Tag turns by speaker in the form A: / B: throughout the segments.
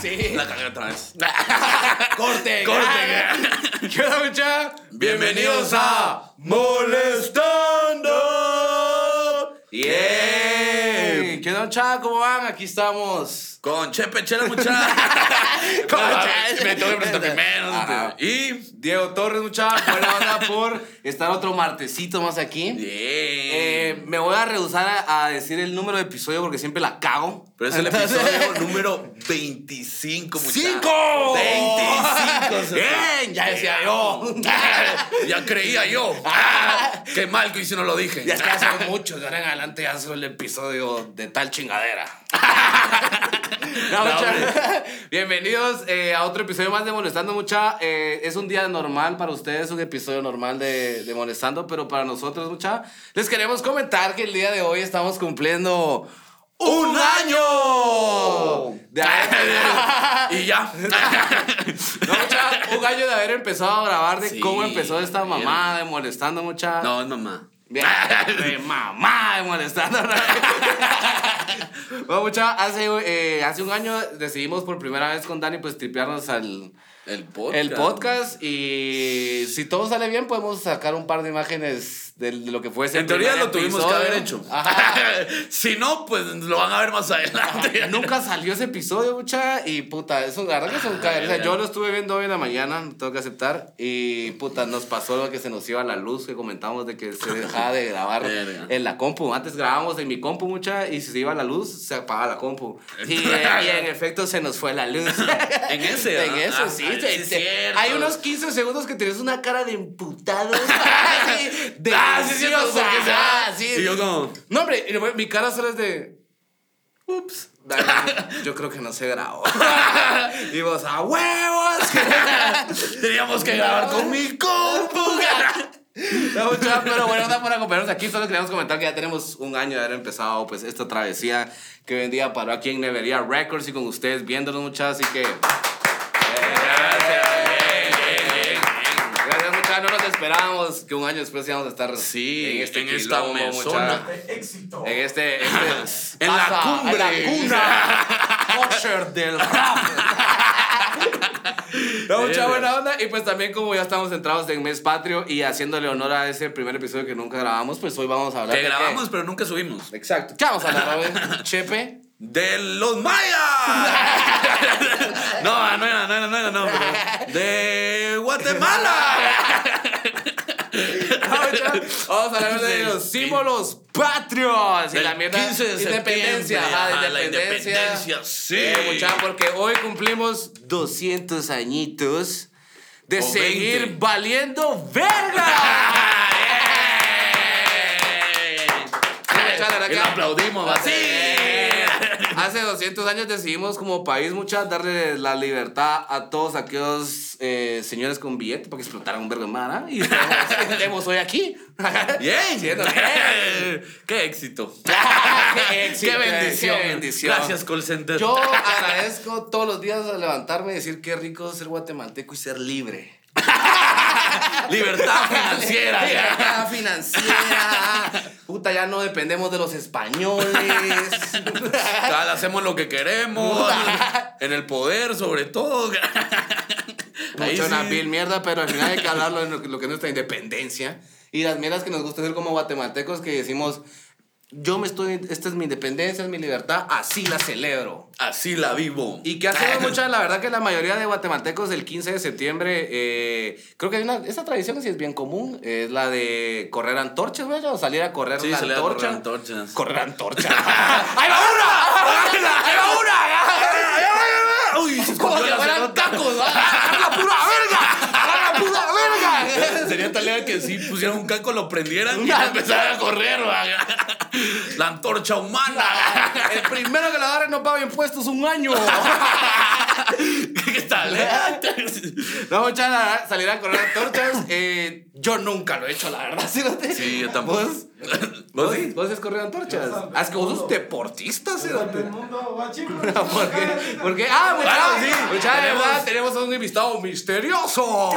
A: Sí.
B: La cagué otra vez.
A: Corte.
B: Corte.
C: ¿Qué onda, mucha?
B: Bienvenidos a Molestando.
C: Hey,
B: Yeah.
C: ¿Qué onda, mucha? ¿Cómo van? Aquí estamos.
B: Con Chepe Chela, muchachos.
C: Con Chepe.
B: Me tengo que presentar primero. este.
C: Ajá.
B: Y.
C: Diego Torres, mucha. Buena onda por estar otro martesito más aquí.
B: Yeah.
C: Eh, me voy a rehusar a, a decir el número de episodio porque siempre la cago.
B: Pero es el
C: Entonces-
B: episodio número 25, muchachos.
C: ¡Cinco!
B: 25.
C: Bien, ya decía yo.
B: Ya creía yo. Qué mal que hice, no lo dije.
C: Ya es que hace mucho, de ahora en adelante ya hago el episodio de tal chingadera.
B: No,
C: No, mucha-
B: hombre.
C: Bienvenidos eh, a otro episodio más de Molestando Mucha. Eh, es un día normal para ustedes, un episodio normal de, de Molestando, pero para nosotros, Mucha, les queremos comentar que el día de hoy estamos cumpliendo
B: ¡Un año!
C: de haber-
B: y ya.
C: No, mucha, un año de haber empezado a grabar de
B: Sí,
C: cómo empezó esta
B: bien.
C: mamada de Molestando Mucha.
B: No, es mamá.
C: Bien, de mamá de molestando. ¿no? bueno, mucha, hace, eh, hace un año decidimos por primera vez con Dani pues tripearnos al
B: El podcast.
C: el podcast y si todo sale bien podemos sacar un par de imágenes de lo que fue ese
B: En teoría
C: primer
B: lo tuvimos que
C: episodio.
B: haber hecho.
C: Ajá.
B: si no, pues lo van a ver más adelante.
C: Nunca salió ese episodio, mucha, y puta, es un, la verdad que es
B: Ah,
C: un cagadero. O sea, yo lo estuve viendo hoy en la mañana, tengo que aceptar, y puta, nos pasó lo que se nos iba la luz, que comentamos de que se dejaba de grabar
B: Verga.
C: en la compu. Antes grabábamos en mi compu, mucha, y si se iba la luz, se apagaba la compu. Y, eh, y en efecto se nos fue la luz.
B: En ese,
C: En
B: ¿no?
C: eso,
B: Ah,
C: sí.
B: sí,
C: te-
B: es
C: te-
B: cierto.
C: hay unos 15 segundos que tenías una cara de emputado. así,
B: Ah, sí, es cierto,
C: deliciosa,
B: porque se va.
C: ajá, sí.
B: Y yo como-
C: No, hombre, y luego mi cara solo es de. Ups. Dale, yo creo que no se grabó. y vos, ¡a huevos!
B: Teníamos que grabar con mi compu.
C: No, mucha, pero bueno, nada por acompañarnos aquí. Solo queríamos comentar que ya tenemos un año de haber empezado pues esta travesía que hoy en día paró aquí en Nevería Records y con ustedes viéndonos muchas, así que. Gracias, muchachos. No nos esperábamos que un año después íbamos a estar este
B: Sí, en esta
C: quilombo,
B: mesona.
C: mucha.
D: éxito.
C: En este. este-
B: En la
C: Pasa,
B: cumbre.
C: En la cuna. Usher del rap. No, mucha
B: Verga.
C: buena onda. Y pues también, como ya estamos centrados en mes patrio y haciéndole honor a ese primer episodio que nunca grabamos, pues hoy vamos a hablar.
B: Que
C: de
B: grabamos, pero nunca subimos.
C: qué. Exacto. ¿Qué vamos a hablar, Robert? Chepe.
B: ¡De los mayas! no, no era, no era, no era, no. pero- ¡De Guatemala!
C: No, mucha, Vamos a hablar de
B: Del-
C: los símbolos patrios. Y
B: Del
C: la mierda.
B: 15 de
C: independencia.
B: septiembre,
C: ajá, de
B: ajá, la independencia, sí.
C: Eh, mucha, porque hoy cumplimos 200 añitos de
B: O
C: seguir
B: 20.
C: valiendo verga. Mucha, la verdad
B: Y
C: que-
B: lo aplaudimos, va, sí.
C: Hace 200 años decidimos como país, muchas, darle la libertad a todos aquellos eh, señores con billete porque explotaron un vergo de mara y estamos- estamos hoy aquí.
B: Bien.
C: Siendo-
B: ¡Qué éxito!
C: Qué éxito,
B: ¡Qué bendición!
C: qué bendición.
B: Gracias, call center.
C: Yo agradezco todos los días a levantarme y decir qué rico ser guatemalteco y ser libre.
B: Libertad financiera. ya.
C: Libertad financiera. Puta, ya no dependemos de los españoles.
B: Tal, hacemos lo que queremos. en el poder, sobre todo. Ahí
C: Mucha una
B: sí.
C: Pues vil mierda, pero al final hay que hablarlo en lo que, lo que es nuestra independencia. Y las mierdas que nos gusta hacer como guatemaltecos que decimos, yo me estoy, esta es mi independencia, es mi libertad, así la celebro.
B: Así la vivo.
C: Y que hacemos mucha, la verdad que la mayoría de guatemaltecos el 15 de septiembre, eh, creo que hay una, esta tradición que sí es bien común, es la de correr antorchas, güey, o salir a correr
B: Sí,
C: la
B: salir a
C: antorcha.
B: correr antorchas.
C: Correr antorcha. ¡Ahí va una! ¡Ahí va una!
B: ¡Uy! Se
C: Como
B: escondió
C: si
B: la
C: fueran
B: cerota.
C: tacos, ¿va? ¡A la pura verga! ¡A la pura verga!
B: Sería tal vez que si pusieran un caco, lo prendieran y
C: Una-
B: empezaran a correr. va. La antorcha humana.
C: El primero que la agarre no paga impuestos un año.
B: ¿Qué tal? eh?
C: No, mucha la verdad, salir a correr antorchas. eh, yo nunca lo he hecho, la verdad. ¿sí, no te-
B: Sí, yo tampoco.
C: ¿Vos?
B: ¿Vos
C: ¿Vos,
B: sí?
C: vos es correr antorchas?
D: Yo
C: Es que vos sos deportista, ¿sí? no
D: Pero
C: te-
D: el mundo va chico.
C: No, ¿Por qué? ¿Por qué? Ah, mucha,
B: Claro, sí.
C: mucha de
B: Tenemos-
C: verdad, tenemos a un invitado misterioso.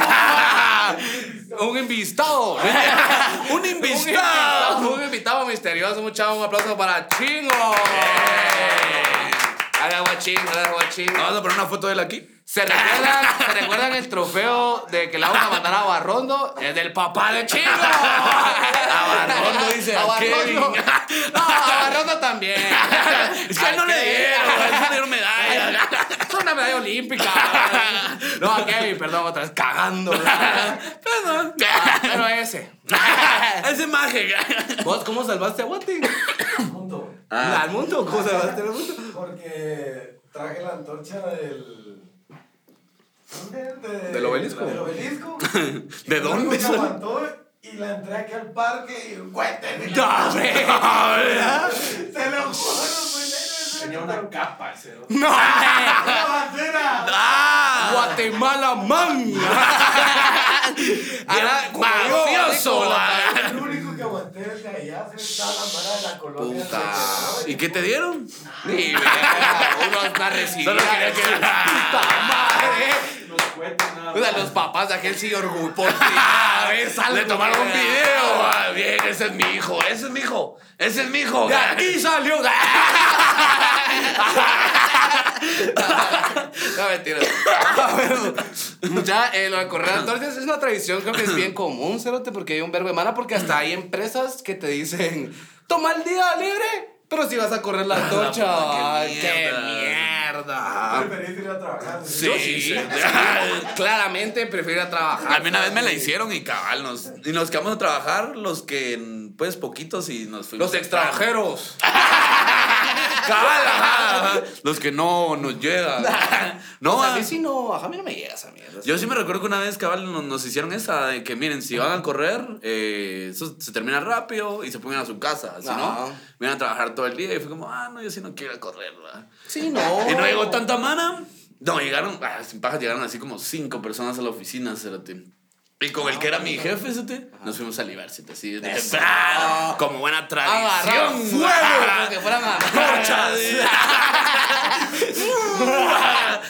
C: un invitado.
B: Un
C: Un
B: invitado.
C: invitado, un invitado misterioso, muchachos. Un aplauso para Chingo. Gracias, guachín, gracias, guachín.
B: Vamos a poner una foto de él aquí.
C: ¿Se recuerdan, ¿Se recuerdan el trofeo de que la vamos a mandar a Barrondo? Es del papá de Chino. A
B: Barrondo, dice,
C: A
B: a Kevin.
C: Barrondo. No, a Barrondo también.
B: Es que a él no le
C: Kevin.
B: dieron, a él no le dieron medalla.
C: Es una medalla olímpica. No, a Kevin, perdón, otra vez cagando.
B: Perdón.
C: Ah, Pero ese.
B: Ese maje.
C: ¿Vos cómo salvaste a Guati?
D: mundo,
C: ¿Al mundo? ¿Cómo salvaste al mundo?
D: Porque traje la antorcha del. ¿Dónde? De-
B: Del obelisco.
D: Del obelisco.
B: ¿De dónde
D: Me
B: son?
D: aguantó y la entré aquí al parque y cuénteme.
C: ¡Dame!
D: Se lo juro, fue negro. Tenía una capa, ese.
C: ¡No!
D: ¡Una bandera!
B: ¡Ah!
C: ¡Guatemala man! Ahora, como yo,
B: mafioso,
C: así
B: ah.
D: El único que aguanté desde allá se estaba la mara de la colonia.
C: Puta.
D: Se quedó
B: ¿Y qué te dieron?
C: como- Ni verga, Uno está recibido.
B: Solo quería que.
C: madre!
D: Los cuentos, nada
C: O sea,
D: más.
C: los papás de aquel sí orgullo. Por
B: Ah,
C: primera vez
B: ¿ves?
C: algo,
B: Le tomaron un
C: verga.
B: video. Ah, bien, ese es mi hijo. Ese es mi hijo. Ese es mi hijo.
C: De aquí salió. No, mentira. Ya, eh, lo de correr entonces es una tradición, creo que es bien común, Cerote, porque hay un verbo de mala, porque hasta hay empresas que te dicen, toma el día libre, pero si vas a correr la
B: Ah, puta,
C: antorcha.
B: qué
C: ¡Ay, ¡Qué mierda!
D: Preferís ir a trabajar.
B: Sí.
D: Yo
B: sí.
C: Claramente prefiero ir a
B: A
C: trabajar.
B: mí una vez me la hicieron y cabal, nos, y nos quedamos a trabajar los que, pues, poquitos y nos fuimos.
C: Los extranjeros.
B: Cabal, ajá, ajá. Los que no nos llegan. No,
C: Pues a
B: ah,
C: mí sí no, a mí no me llega esa mierda.
B: yo sí me recuerdo que una vez, cabal, nos, nos hicieron esa de que, miren, si van a correr, eh, eso se termina rápido y se ponen a su casa. Si no,
C: Ajá.
B: vienen a trabajar todo el día y fue como, ah, no, yo sí no quiero ir a correr, ¿verdad?
C: Sí, no.
B: Y no llegó tanta mana. No, llegaron, ah, sin pajas, llegaron así como cinco personas a la oficina, cerote. Y con el que era mi jefe, cerote, nos fuimos a libar, cerote, así de
C: Ah. Eso.
B: temprano, como buena
C: Agarrar
B: tradición.
C: fuego, como que fueran a-
B: Cocha de-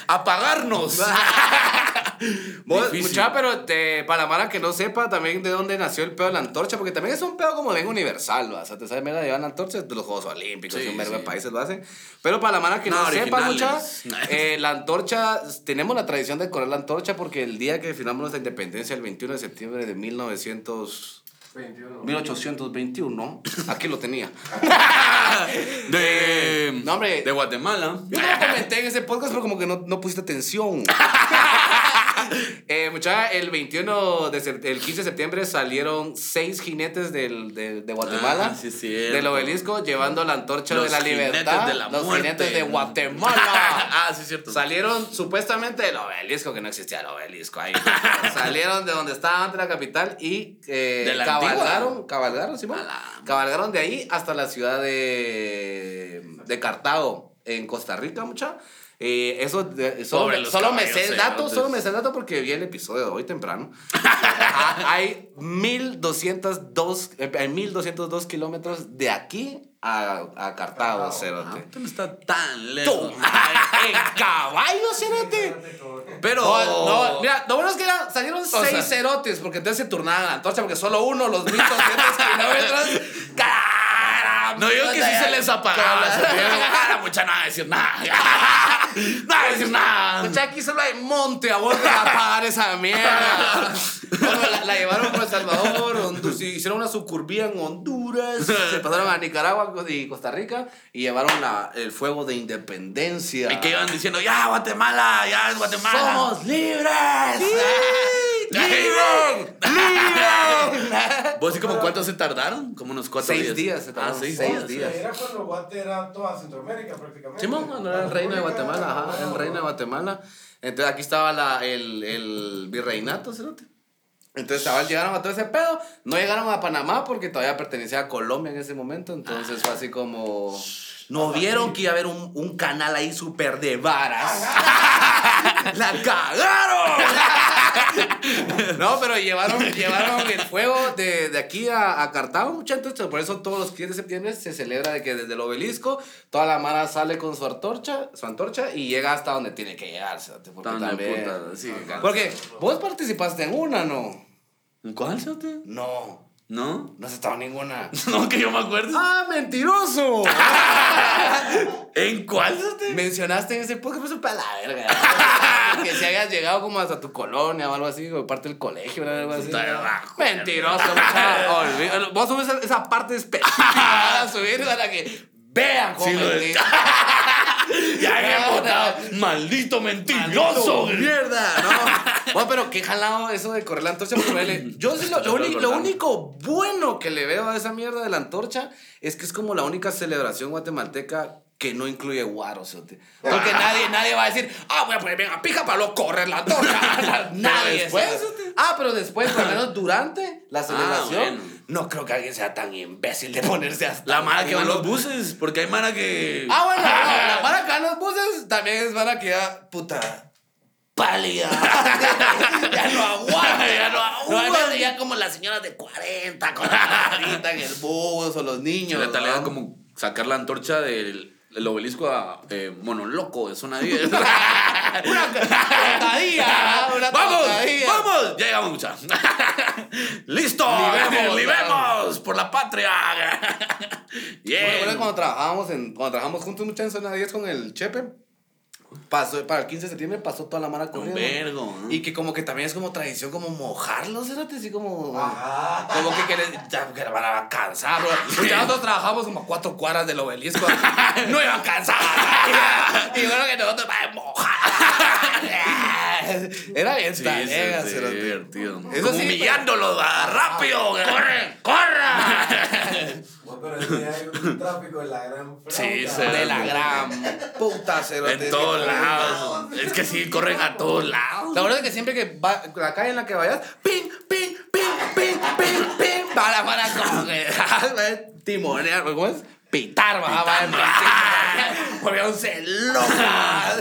B: Apagarnos.
C: Vos,
B: Difícil.
C: mucha, pero te- para la mara que no sepa también de dónde nació el pedo de la antorcha, porque también es un pedo como bien universal, ¿va? o sea, te sabes, mira, llevan antorchas de los Juegos Olímpicos,
B: Sí,
C: un verbo de
B: sí.
C: países lo hacen. Pero para la mara que no,
B: No,
C: sepa, mucha,
B: originales.
C: eh, la antorcha, tenemos la tradición de correr la antorcha porque el día que firmamos nuestra independencia, el 21 de septiembre de 1900.
D: 21.
C: 1821, aquí lo tenía.
B: De,
C: Eh, No, hombre.
B: de Guatemala.
C: Yo no lo comenté en ese podcast, pero como que no, no pusiste atención. eh, muchacha, el 21 de sep- el 15 de septiembre salieron seis jinetes del, de, de Guatemala.
B: Ah, sí, es cierto.
C: Del obelisco llevando la antorcha
B: Los
C: de la
B: jinetes
C: libertad.
B: de la
C: los
B: muerte.
C: jinetes de Guatemala.
B: ah, sí, es cierto.
C: Salieron supuestamente del obelisco, que no existía el obelisco ahí. Salieron de donde estaba antes la capital y eh,
B: De la
C: cabalgaron,
B: antigua.
C: cabalgaron, Simón.
B: A la-
C: Cabalgaron de ahí hasta la ciudad de, de Cartago, en Costa Rica, mucha. Eh, eso, de- solo,
B: Pobre
C: me-
B: los
C: solo me sé
B: caballos,
C: el
B: eh,
C: dato,
B: antes.
C: solo me sé el dato porque vi el episodio de hoy temprano. Ah, hay 1202, eh, hay 1202 kilómetros de aquí a, a Cartago,
D: Cartago.
B: Ah,
C: cerote.
B: esto no está tan lejos.
C: ¡Toma! ¡En caballo, cerote!
B: Pero.
C: No, no, mira, lo bueno es que era- salieron seis
B: sea-
C: cerotes, porque entonces se turnaban la antorcha, porque solo uno, los 1200 kilómetros. ¡Caramba!
B: No digo que sí se les apagaba. se les apagaba, la mucha nada decir nada. Nada de decir nada.
C: Escucha, pues aquí solo hay monte, a vos te va a pagar esa mierda. Bueno, la, la llevaron por El Salvador, Hondu- hicieron una sucurbía en Honduras, se pasaron a Nicaragua y Costa Rica y llevaron la- el fuego de independencia.
B: Y que iban diciendo, ya Guatemala, ya es Guatemala.
C: ¡Somos libres!
B: ¡Libre!
C: ¡Libre!
B: ¿Vos sí como cuánto se tardaron? Como unos cuatro
C: Seis
B: días.
C: días se tardaron,
B: Ah, seis,
C: seis
B: días.
C: días.
D: Era cuando Guate era toda Centroamérica prácticamente.
C: Simón, cuando era el reino de Guatemala, ajá, era el reino de Guatemala. Entonces aquí estaba la, el, el virreinato, cerote. Entonces cabal, llegaron a todo ese pedo, no llegaron a Panamá porque todavía pertenecía a Colombia en ese momento, entonces fue así como... No vieron que iba a haber un, un canal ahí súper de varas. ¡La cagaron! No, pero llevaron, llevaron el fuego de, de aquí a, a Cartago, muchachos. Entonces, por eso todos los 15 de septiembre se celebra de que desde el obelisco toda la mara sale con su antorcha, su antorcha y llega hasta donde tiene que llegar. cerote, Porque,
B: Tan de
C: también-
B: puta, sí,
C: Ajá. porque vos participaste en una, ¿no?
B: ¿Cuál, Chote?
C: No,
B: ¿No?
C: no has estado en ninguna.
B: Ah, No, que yo me acuerdo.
C: ¡Ah, mentiroso!
B: ¿En cuál? Cerote?
C: Mencionaste en ese podcast, pues para la verga. que si hayas llegado como hasta tu colonia o algo así, o parte del colegio o algo así.
B: Puta, abajo,
C: Mentiroso, mucha. olvi- Vos subes esa- esa parte específica para subir para que vean
B: Sí,
C: cómo
B: lo de- Ya había votado. ¡Maldito mentiroso!
C: ¡Mierda! No. Bueno, pero qué jalado eso de correr la antorcha por él. Yo sí lo, lo uni- lo único bueno que le veo a esa mierda de la antorcha es que es como la única celebración guatemalteca que no incluye guaro, cerote. Porque
B: Ah.
C: nadie, nadie va a decir, ah, voy a poner venga pija para luego correr la antorcha. nadie.
B: después, Ah,
C: cerote. Ah, pero después, por lo menos durante la celebración.
B: bueno.
C: No creo que alguien sea tan imbécil de ponerse hasta.
B: La mara que va en
C: Mano-
B: los buses, porque hay mara que.
C: Ah, bueno, no, la vara acá en los buses también es vara que ya, puta, pálida. ya no aguanta, ya no aguanta.
B: aguanta.
C: ya como las señoras de 40 con la carita en el bus o los niños.
B: La tarea
C: ¿no?
B: era como sacar la antorcha del, del obelisco a eh, Monoloco de zona 10.
C: Una tocadilla, una
B: ¡Vamos!
C: tocadilla.
B: ¡Vamos! Ya llegamos, mucha. ¡Listo!
C: Libemos,
B: ¡Libemos! ¡Por la patria!
C: Me acuerdo
B: ¡Bien!
C: cuando trabajábamos, en, cuando trabajamos juntos mucho en Zona 10 con el Chepe. Pasó, para el 15 de septiembre pasó toda la mara
B: Un
C: corriendo.
B: vergo, ¿no?
C: Y que como que también es como tradición como mojarlos, ¿verdad? Así como...
D: Ah.
C: Como que quieres... Ya que la van a cansar, bro. Porque nosotros trabajamos como a cuatro cuadras del obelisco. no iban cansados. y yo creo que nosotros vamos a mojar. Era bien
B: Sí, sí,
C: talega,
B: sí,
C: cerote.
B: divertido.
C: Eso
B: Como
C: sí, pero-
B: humillándolos, va, ¡Rápido! ¡Corre! ¡Corra!
D: Bueno, pero es que hay un tráfico de la gran flauta.
B: Sí, se-
C: De la gran puta, cerote.
B: en todos lados. Es que sí, corren a todos lados.
C: La verdad es que siempre que va, la calle en la que vayas, ping, ping, ping, ping, ping, ping, para, para, como que, timonear, ¿cómo es? Pitar, bajaba Volvía un celosa.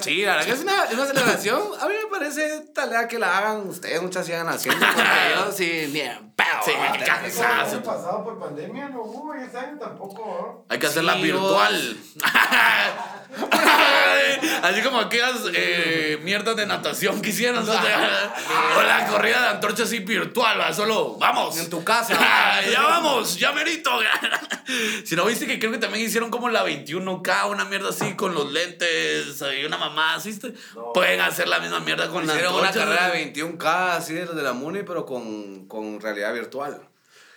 C: Sí, la verdad que es una, es una celebración. A mí me parece tarea que la hagan ustedes, muchas sigan haciendo. Porque yo sí, ni en pedo.
B: Sí,
C: ¿verdad?
B: me
D: Es
B: cagas.
D: que el año pasado por pandemia no hubo, y este año tampoco.
B: Hay que hacerla
C: Sí,
B: virtual. Así como aquellas eh, mierdas de natación que hicieron. O sea, o la corrida de antorcha así virtual, va, solo vamos.
C: En tu casa.
B: ya vamos, ya merito. si no viste que creo que también hicieron como la 21K, una mierda así con los lentes y una mamá, ¿viste? Pueden hacer la misma mierda con la
C: Hicieron una
B: antorcha.
C: carrera de 21K, así de los de la MUNI, pero con, con realidad virtual.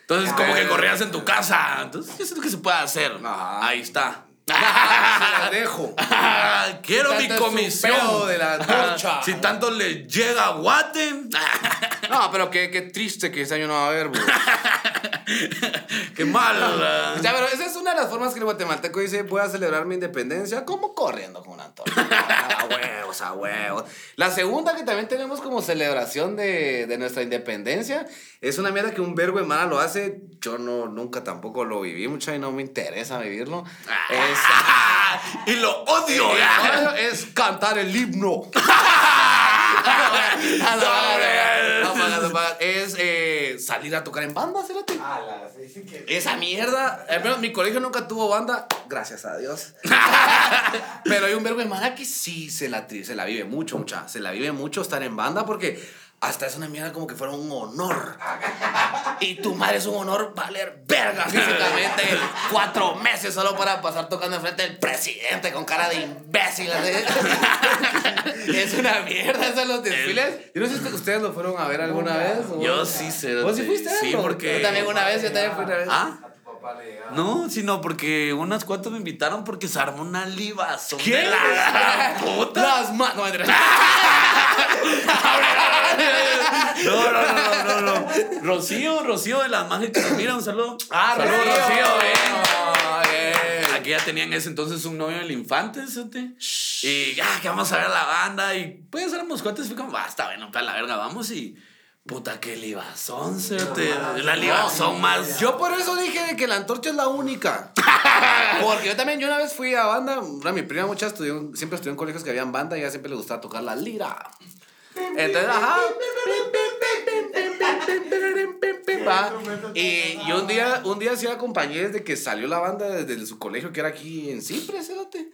B: Entonces, como que
C: Ah.
B: corrías en tu casa. Entonces, eso es lo que se puede hacer.
C: Ajá.
B: Ahí está.
C: Se las dejo.
B: Quiero
C: Tanto
B: mi
C: es su pedo
B: comisión.
C: de la antorcha.
B: si tanto le llega a Guate,
C: No, pero qué, qué triste que este año no va a haber, güey.
B: qué mal.
C: Ya, pero esa es una de las formas que el guatemalteco dice, voy a celebrar mi independencia como corriendo con una antorcha. A huevos, a huevos. La segunda que también tenemos como celebración de, de nuestra independencia es una mierda que un vergo de mala lo hace. Yo no, nunca tampoco lo viví mucho y no me interesa vivirlo. Es,
B: y lo odio.
C: Eh, es cantar el himno. A la verga. No, pagas, no pagas. Es eh, salir a tocar en banda, cerote.
D: Ah, la, sí, sí que.
C: Esa mierda, al menos mi colegio nunca tuvo banda, gracias a Dios. Pero hay un verbo de mara que sí se la, tri- se la vive mucho, mucha. Se la vive mucho estar en banda porque hasta es una mierda como que fuera un honor. Y tu madre es un honor valer verga físicamente cuatro meses solo para pasar tocando enfrente del presidente con cara de imbécil. así. es una mierda, esos los desfiles. Yo no sé si ustedes lo fueron a ver alguna vez. o-
B: Yo sí se
C: ¿Vos sí fuiste?
B: Sí,
C: Erno?
B: porque.
C: Yo también una vez, yo también fui una vez.
B: ¿Ah?
D: A tu papá le llegaba.
B: No, sí, no, porque unas cuantas me invitaron porque se armó una libazón. de
C: ¿Qué?
B: la gran puta.
C: Las manos. No, mentira.
B: No, no, no, no, no. no. Rocío, Rocío de las Majes que nos mira, un saludo.
C: Ah,
B: Saludos,
C: Rocío. Ah,
B: bien. Aquí ya tenían ese entonces un novio del infante, ¿sí? Y ya, que vamos a ver a la banda. Y pues éramos cuates, fue como, basta, bueno, para la verga, vamos y. Puta, qué libazón, ¿sí? La libazón más.
C: Yo por eso dije de que la antorcha es la única. Porque yo también, yo una vez fui a banda, una, mi prima mucha estudió, en- siempre estudió en colegios que habían banda y ella siempre le gustaba tocar la lira. Entonces, ajá. Va. Y yo un día, un día sí la acompañé desde que salió la banda desde su colegio que era aquí en Cipres, espérate.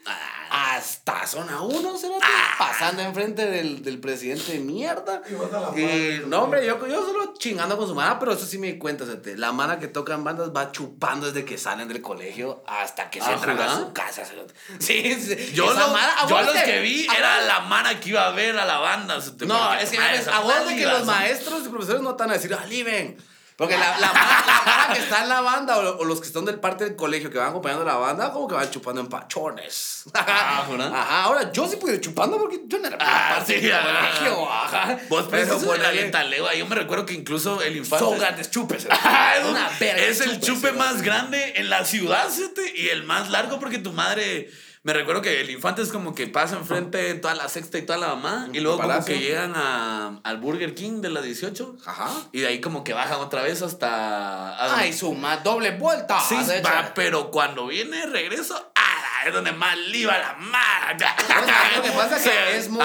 C: hasta zona 1, cerote, pasando enfrente del, del presidente de mierda.
D: Y vos a la
C: Y,
D: par,
C: no, hombre, yo, yo solo chingando con su mano, pero eso sí me di cuenta, cerote. La mana que tocan bandas va chupando desde que salen del colegio hasta que se
B: Ah,
C: entran a
B: ¿jurá?
C: su casa, cerote. Sí, sí.
B: Yo,
C: Esa
B: lo-
C: mara, a
B: yo
C: vos
B: los
C: te-
B: que vi
C: a
B: era
C: vos-
B: la mana que iba a ver a la banda. se te-
C: No,
B: porque,
C: es que
B: madre,
C: ¿sabes?
B: esa
C: a vos de
B: tal
C: que los
B: ligazo.
C: maestros y profesores no te van a decir, aliven. Porque la, la, mara- la mara que está en la banda o, lo- o los que están del parte del colegio que van acompañando a la banda, como que van chupando en pachones.
B: Ah, ¿verdad?
C: Ajá, ahora yo sí pude ir chupando porque yo no era
B: Ah,
C: parte
B: sí,
C: del
B: ajá.
C: colegio, ajá.
B: Vos pues,
C: Pero
B: pensás
C: ponele-
B: en alientaleo. Yo me recuerdo que incluso el infante.
C: Son grandes chupes.
B: Ah, es, un-
C: Una verga de
B: es el
C: chupes,
B: chupe
C: ¿verdad?
B: más grande en la ciudad, ¿siete? Y el más largo porque tu madre... Me recuerdo que el infante es como que pasa enfrente en toda la sexta y toda la mamá. Y luego como
C: Palacio.
B: que llegan a- al Burger King de la 18.
C: Ajá.
B: Y de ahí como que bajan otra vez hasta... a-
C: Ay, suma, doble vuelta.
B: sí,
C: de hecho.
B: va, pero cuando viene de regreso... ¡Ah! Es donde más liba la madre.
C: Lo que pasa es que es muy...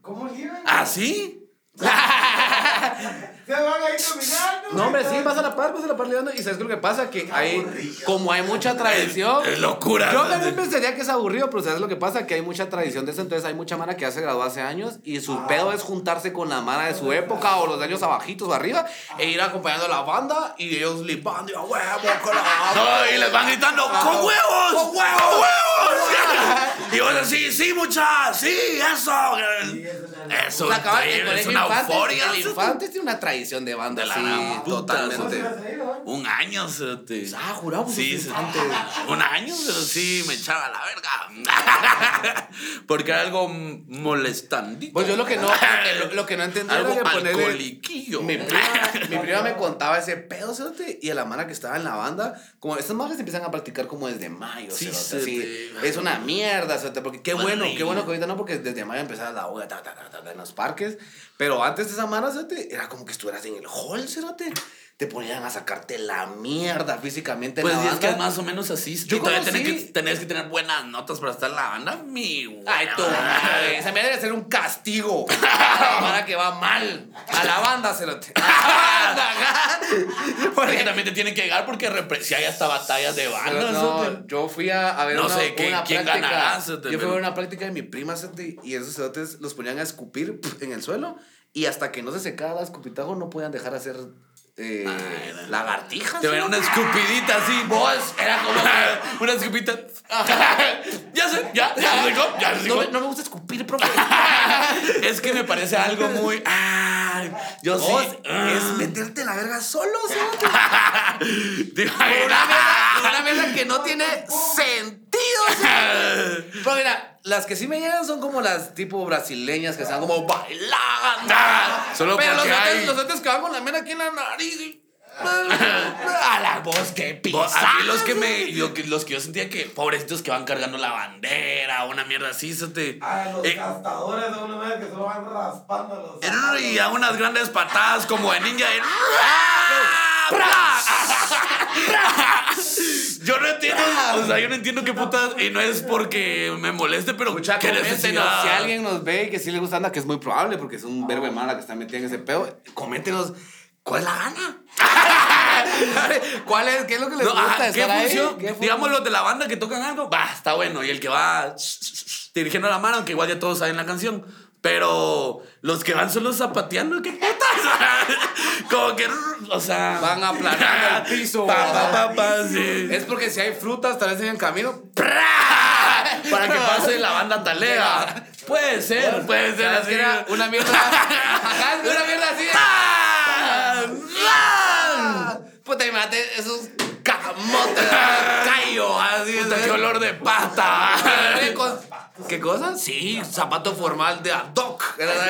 D: ¿Cómo llegan?
B: ¿Ah, sí?
D: Se van ahí caminando.
C: No, hombre, sí,
D: Están-
C: vas a la par, vas a la par lidiando. Y sabes qué es lo que pasa, que hay, como hay mucha tradición.
B: Es locura.
C: Yo también pensaría que es aburrido, pero sabes lo que pasa, que hay mucha tradición de eso. Entonces hay mucha mana que ya se graduó hace años y su pedo es juntarse con la mana de su época o los de años abajitos o arriba e ir acompañando a la banda y ellos lipando y a huevo, con la
B: No, y les van gritando, ¡con huevos!
C: ¡Con huevos!
B: ¡Con huevos! y vos decís, sí, muchachos, sí, eso. Eso,
C: O sea, acabar- el
B: es,
C: colegio
B: una
C: Infantes-
B: euforia.
C: El
B: ¿sí?
C: Infantes tiene una tradición de banda,
B: De la
C: sí,
B: gran puta,
D: ¿Vos
C: totalmente.
D: te vas a ir, va?
B: Un año, ¿sí?
C: Ah, juramos.
B: Sí,
C: los
B: sí.
C: Infantes.
B: un año, pero sí me echaba la verga. Porque era algo molestandito.
C: Pues yo lo que no, lo, lo que no entendía
B: Algo
C: era que ponerle-
B: alcoholiquillo.
C: Mi prima, mi prima me contaba ese pedo, cerote, y a la mana que estaba en la banda, como estas magas empiezan a practicar como desde mayo,
B: Sí,
C: cerote, así.
B: cerote.
C: Es una mierda, cerote, porque qué
B: Más
C: bueno,
B: reír.
C: qué bueno que ahorita no, porque desde mayo empezaba la huelga ta, ta, ta, ta, ta, en los parques, pero antes de esa mana, cerote, era como que estuvieras en el hall, cerote, te ponían a sacarte la mierda físicamente en
B: Pues
C: la
B: y es que
C: banda.
B: es más o menos así.
C: Yo
B: y todavía
C: conocí-
B: tenés que, tenés que tener buenas notas para estar en la banda, mi huevo.
C: Ay, tú, madre, esa mierda debe ser un castigo a la mana que va mal, a la banda, cerote. A la banda, ajá.
B: Porque también te tienen que llegar porque repre- si hay hasta batallas de
C: Pero
B: bandas.
C: no, yo fui a, a ver
B: No
C: una,
B: sé, ¿qué-
C: una
B: quién
C: práctica.
B: ganará, Sote?
C: yo fui a ver una práctica de mi prima Sote, y esos cerotes los ponían a escupir pf, en el suelo y hasta que no se secaba el escupitajo no podían dejar hacer eh, lagartijas.
B: Te ven
C: ¿no?
B: una escupidita así, vos. Era como que una escupita. ya sé, ya, ya se secó, ya se
C: No,
B: secó.
C: me- no me gusta escupir, profe.
B: Es que me parece algo muy. ah, Ay, yo sí.
C: Vos,
B: ah.
C: es meterte la verga solo, cerote.
B: Te
C: Con una mesa- con una
B: imaginas.
C: mesa que no tiene sentido, cerote. Pero mira, las que sí me llegan son como las tipo brasileñas que están como bailando.
B: Ah, Solo
C: Pero los
B: porque
C: antes,
B: hay-
C: los antes que van con la mera aquí en la nariz. y- A la voz que
B: Bo-
C: pisa.
B: A mí los que me. yo que- los que yo sentía que. Pobrecitos que van cargando la bandera. Una mierda así. eso te-
D: A Ah, los
B: Eh,
D: gastadores de una vez que se lo van raspando los. zapatos.
B: Y a unas grandes patadas como de ninja. y- Yo no entiendo, o sea, yo no entiendo qué putas, y no es porque me moleste, pero
C: Mucha
B: qué
C: coméntenos,
B: necesidad.
C: si alguien nos ve y que sí le gusta anda, que es muy probable porque es un verbo de mala que está metida en ese pedo, coméntenos cuál es la gana. ¿Cuál es? ah, ¿Qué es lo que les
B: No,
C: gusta
B: ajá, ¿qué
C: estar ahí?
B: función?
C: ¿Qué función?
B: Digamos los de la banda que tocan algo, va, está bueno. Y el que va dirigiendo la mano, aunque igual ya todos saben la canción. Pero los que van solo zapateando, qué putas. Como que, o sea.
C: Van aplanando el piso.
B: Pa, pa, pa, pa, sí.
C: Es porque si hay frutas, tal vez en el camino.
B: ¡Pra! Para que pase la banda talega. Puede ser, puede ser.
C: ¿Sabes
B: Así
C: qué era? Una mierda. Ajá, una mierda así. de-
B: ¡Tan! ¡Tan!
C: Puta, imagínate esos camotes. Callo, así.
B: Puta, qué olor de
C: ¿Qué,
B: pata.
C: cos- ¿Qué cosa? Sí, zapato formal de ad hoc. Era la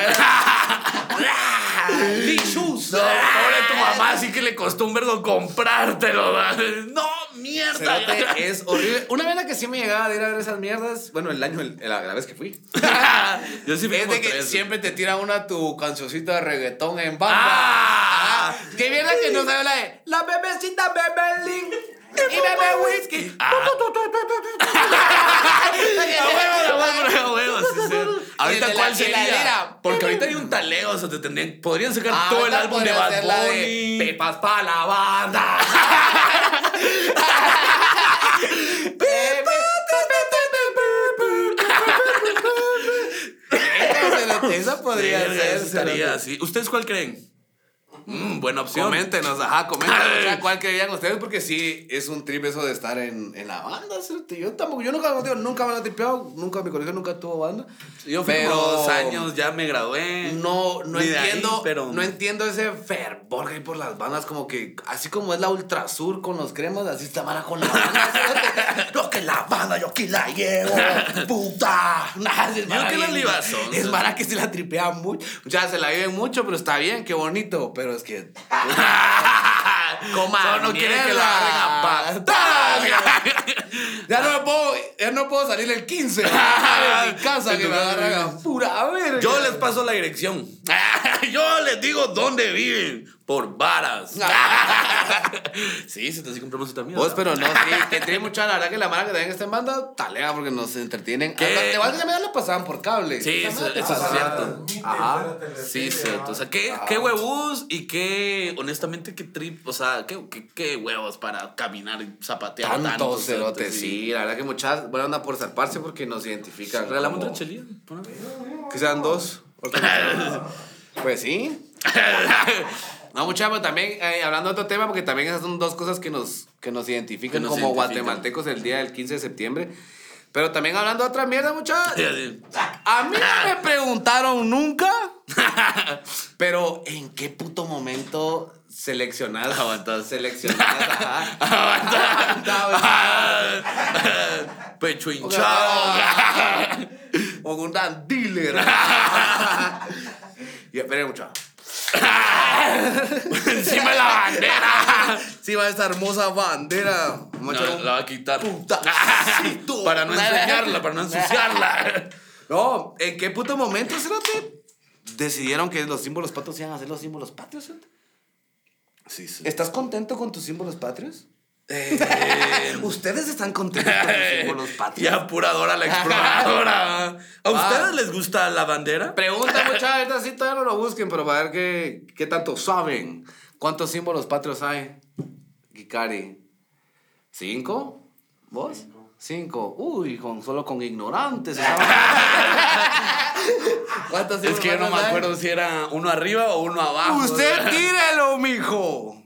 B: Bichus. No, pobre tu mamá, sí que le costó un vergo comprártelo. ¿va? No, mierda.
C: Cerote, es horrible. Una vez la que sí me llegaba de ir a ver esas mierdas, bueno, el año, el- la, la vez que fui.
B: Yo sí fui
C: Es
B: como
C: de que
B: tres.
C: siempre te tira una tu cancioncita de reggaetón en banda.
B: Ah.
C: Ah, qué mierda que no sabe la de La bebecita bebe link y bebe whisky.
B: Ah. A huevo, a huevo, a huevo, sí, sí.
C: El
B: Ahorita
C: de la
B: cuál sería?
C: hiladera.
B: Porque ahorita hay un taleo, o sea, te tendrían, podrían sacar
C: Ah,
B: todo el
C: ahorita
B: álbum de
C: podría
B: Bad
C: ser la
B: Bunny.
C: de
B: Pepas pa la banda.
C: Eso podría
B: Verga,
C: ser,
B: eso Estaría
C: cerote.
B: así. ¿Ustedes cuál creen? Mm, buena opción.
C: Coméntenos, ajá, coméntenos
B: Ay.
C: o sea, cuál creían ustedes, porque sí es un trip eso de estar en, en la banda, cerote. Yo tampoco, yo nunca, digo, nunca me lo he tripeado, nunca mi colegio nunca tuvo banda.
B: Yo fui
C: Pero-
B: como dos años, ya me gradué.
C: No, no
B: Ni de ahí,
C: entiendo,
B: pero-
C: no entiendo ese fervor que hay por las bandas, como que así como es la Ultrasur con los cremas, así está mala con la banda. cerote. no, que la banda, yo aquí la llevo, puta. Nah, es mara
B: que la
C: bien-
B: libazón,
C: Es
B: cerote.
C: para que se la tripea mucho. Ya se la viven mucho, pero está bien, qué bonito, pero es que... Coma
B: Solo no quieren que la agarren a
C: Ya no me puedo, ya no puedo salir el 15 de mi casa que me agarran a pura verga.
B: Yo les paso la dirección. Yo les digo dónde viven. Por varas. sí, si te así compramos otra mierda.
C: Vos, Pues, pero no, sí, que tiene mucha la verdad que la mara que también está en banda, talea porque nos entretienen.
B: ¿Qué?
C: Hasta- Igual que también la pasaban por cable.
B: Sí,
C: Esa
B: eso,
C: madre
B: eso
D: Ah,
B: es
C: pasaba.
B: cierto.
C: Ajá.
B: Sí, cierto. O sea, qué, qué huevos y qué, honestamente, qué trip. O sea, qué, qué, qué huevos para caminar y zapatear tanto.
C: Tantos
B: cerote,
C: cerotes, sí, la verdad que muchas buena onda por zarparse porque nos identifican.
B: Regalamos
C: como-
B: otra chelilla. por una vez.
C: Que sean dos. Pues sí. No, mucha, pero también, eh, hablando de otro tema, porque también esas son dos cosas que nos, que nos identifican
B: Que nos
C: como
B: identifican.
C: guatemaltecos el día del 15 de septiembre. Pero también hablando de otra mierda, mucha.
B: Sí, así.
C: A mí no me preguntaron nunca, pero ¿en qué puto momento seleccionadas?
B: Aguantas.
C: Seleccionadas, ajá.
B: Ah, Pecho hinchado.
C: O un Dan Dealer. y esperen mucho.
B: Encima de la bandera.
C: Sí, va esta hermosa bandera.
B: No,
C: Vamos a echar un-
B: la va a quitar.
C: Puta. Sí, tú.
B: para no enseñarla, para no ensuciarla.
C: No, ¿en qué puto momento, Cerote? Decidieron que los símbolos patrios iban a ser los símbolos patrios, Cerote?
B: Sí, sí.
C: ¿Estás contento con tus símbolos patrios? Eh, Ustedes están contentos con sus símbolos patrios.
B: Ya pura Dora la exploradora. ¿A ustedes
C: Ah.
B: les gusta la bandera?
C: Pregunta, mucha, ahorita sí todavía no lo busquen, pero para ver qué, qué tanto saben. ¿Cuántos símbolos patrios hay? Kikari. ¿Cinco? ¿Vos? Cinco. Uy, con, solo con ignorantes. ¿Cuántos
B: Es que yo no me
C: patrios hay?
B: acuerdo si era uno arriba o uno abajo.
C: Usted tírelo, mijo.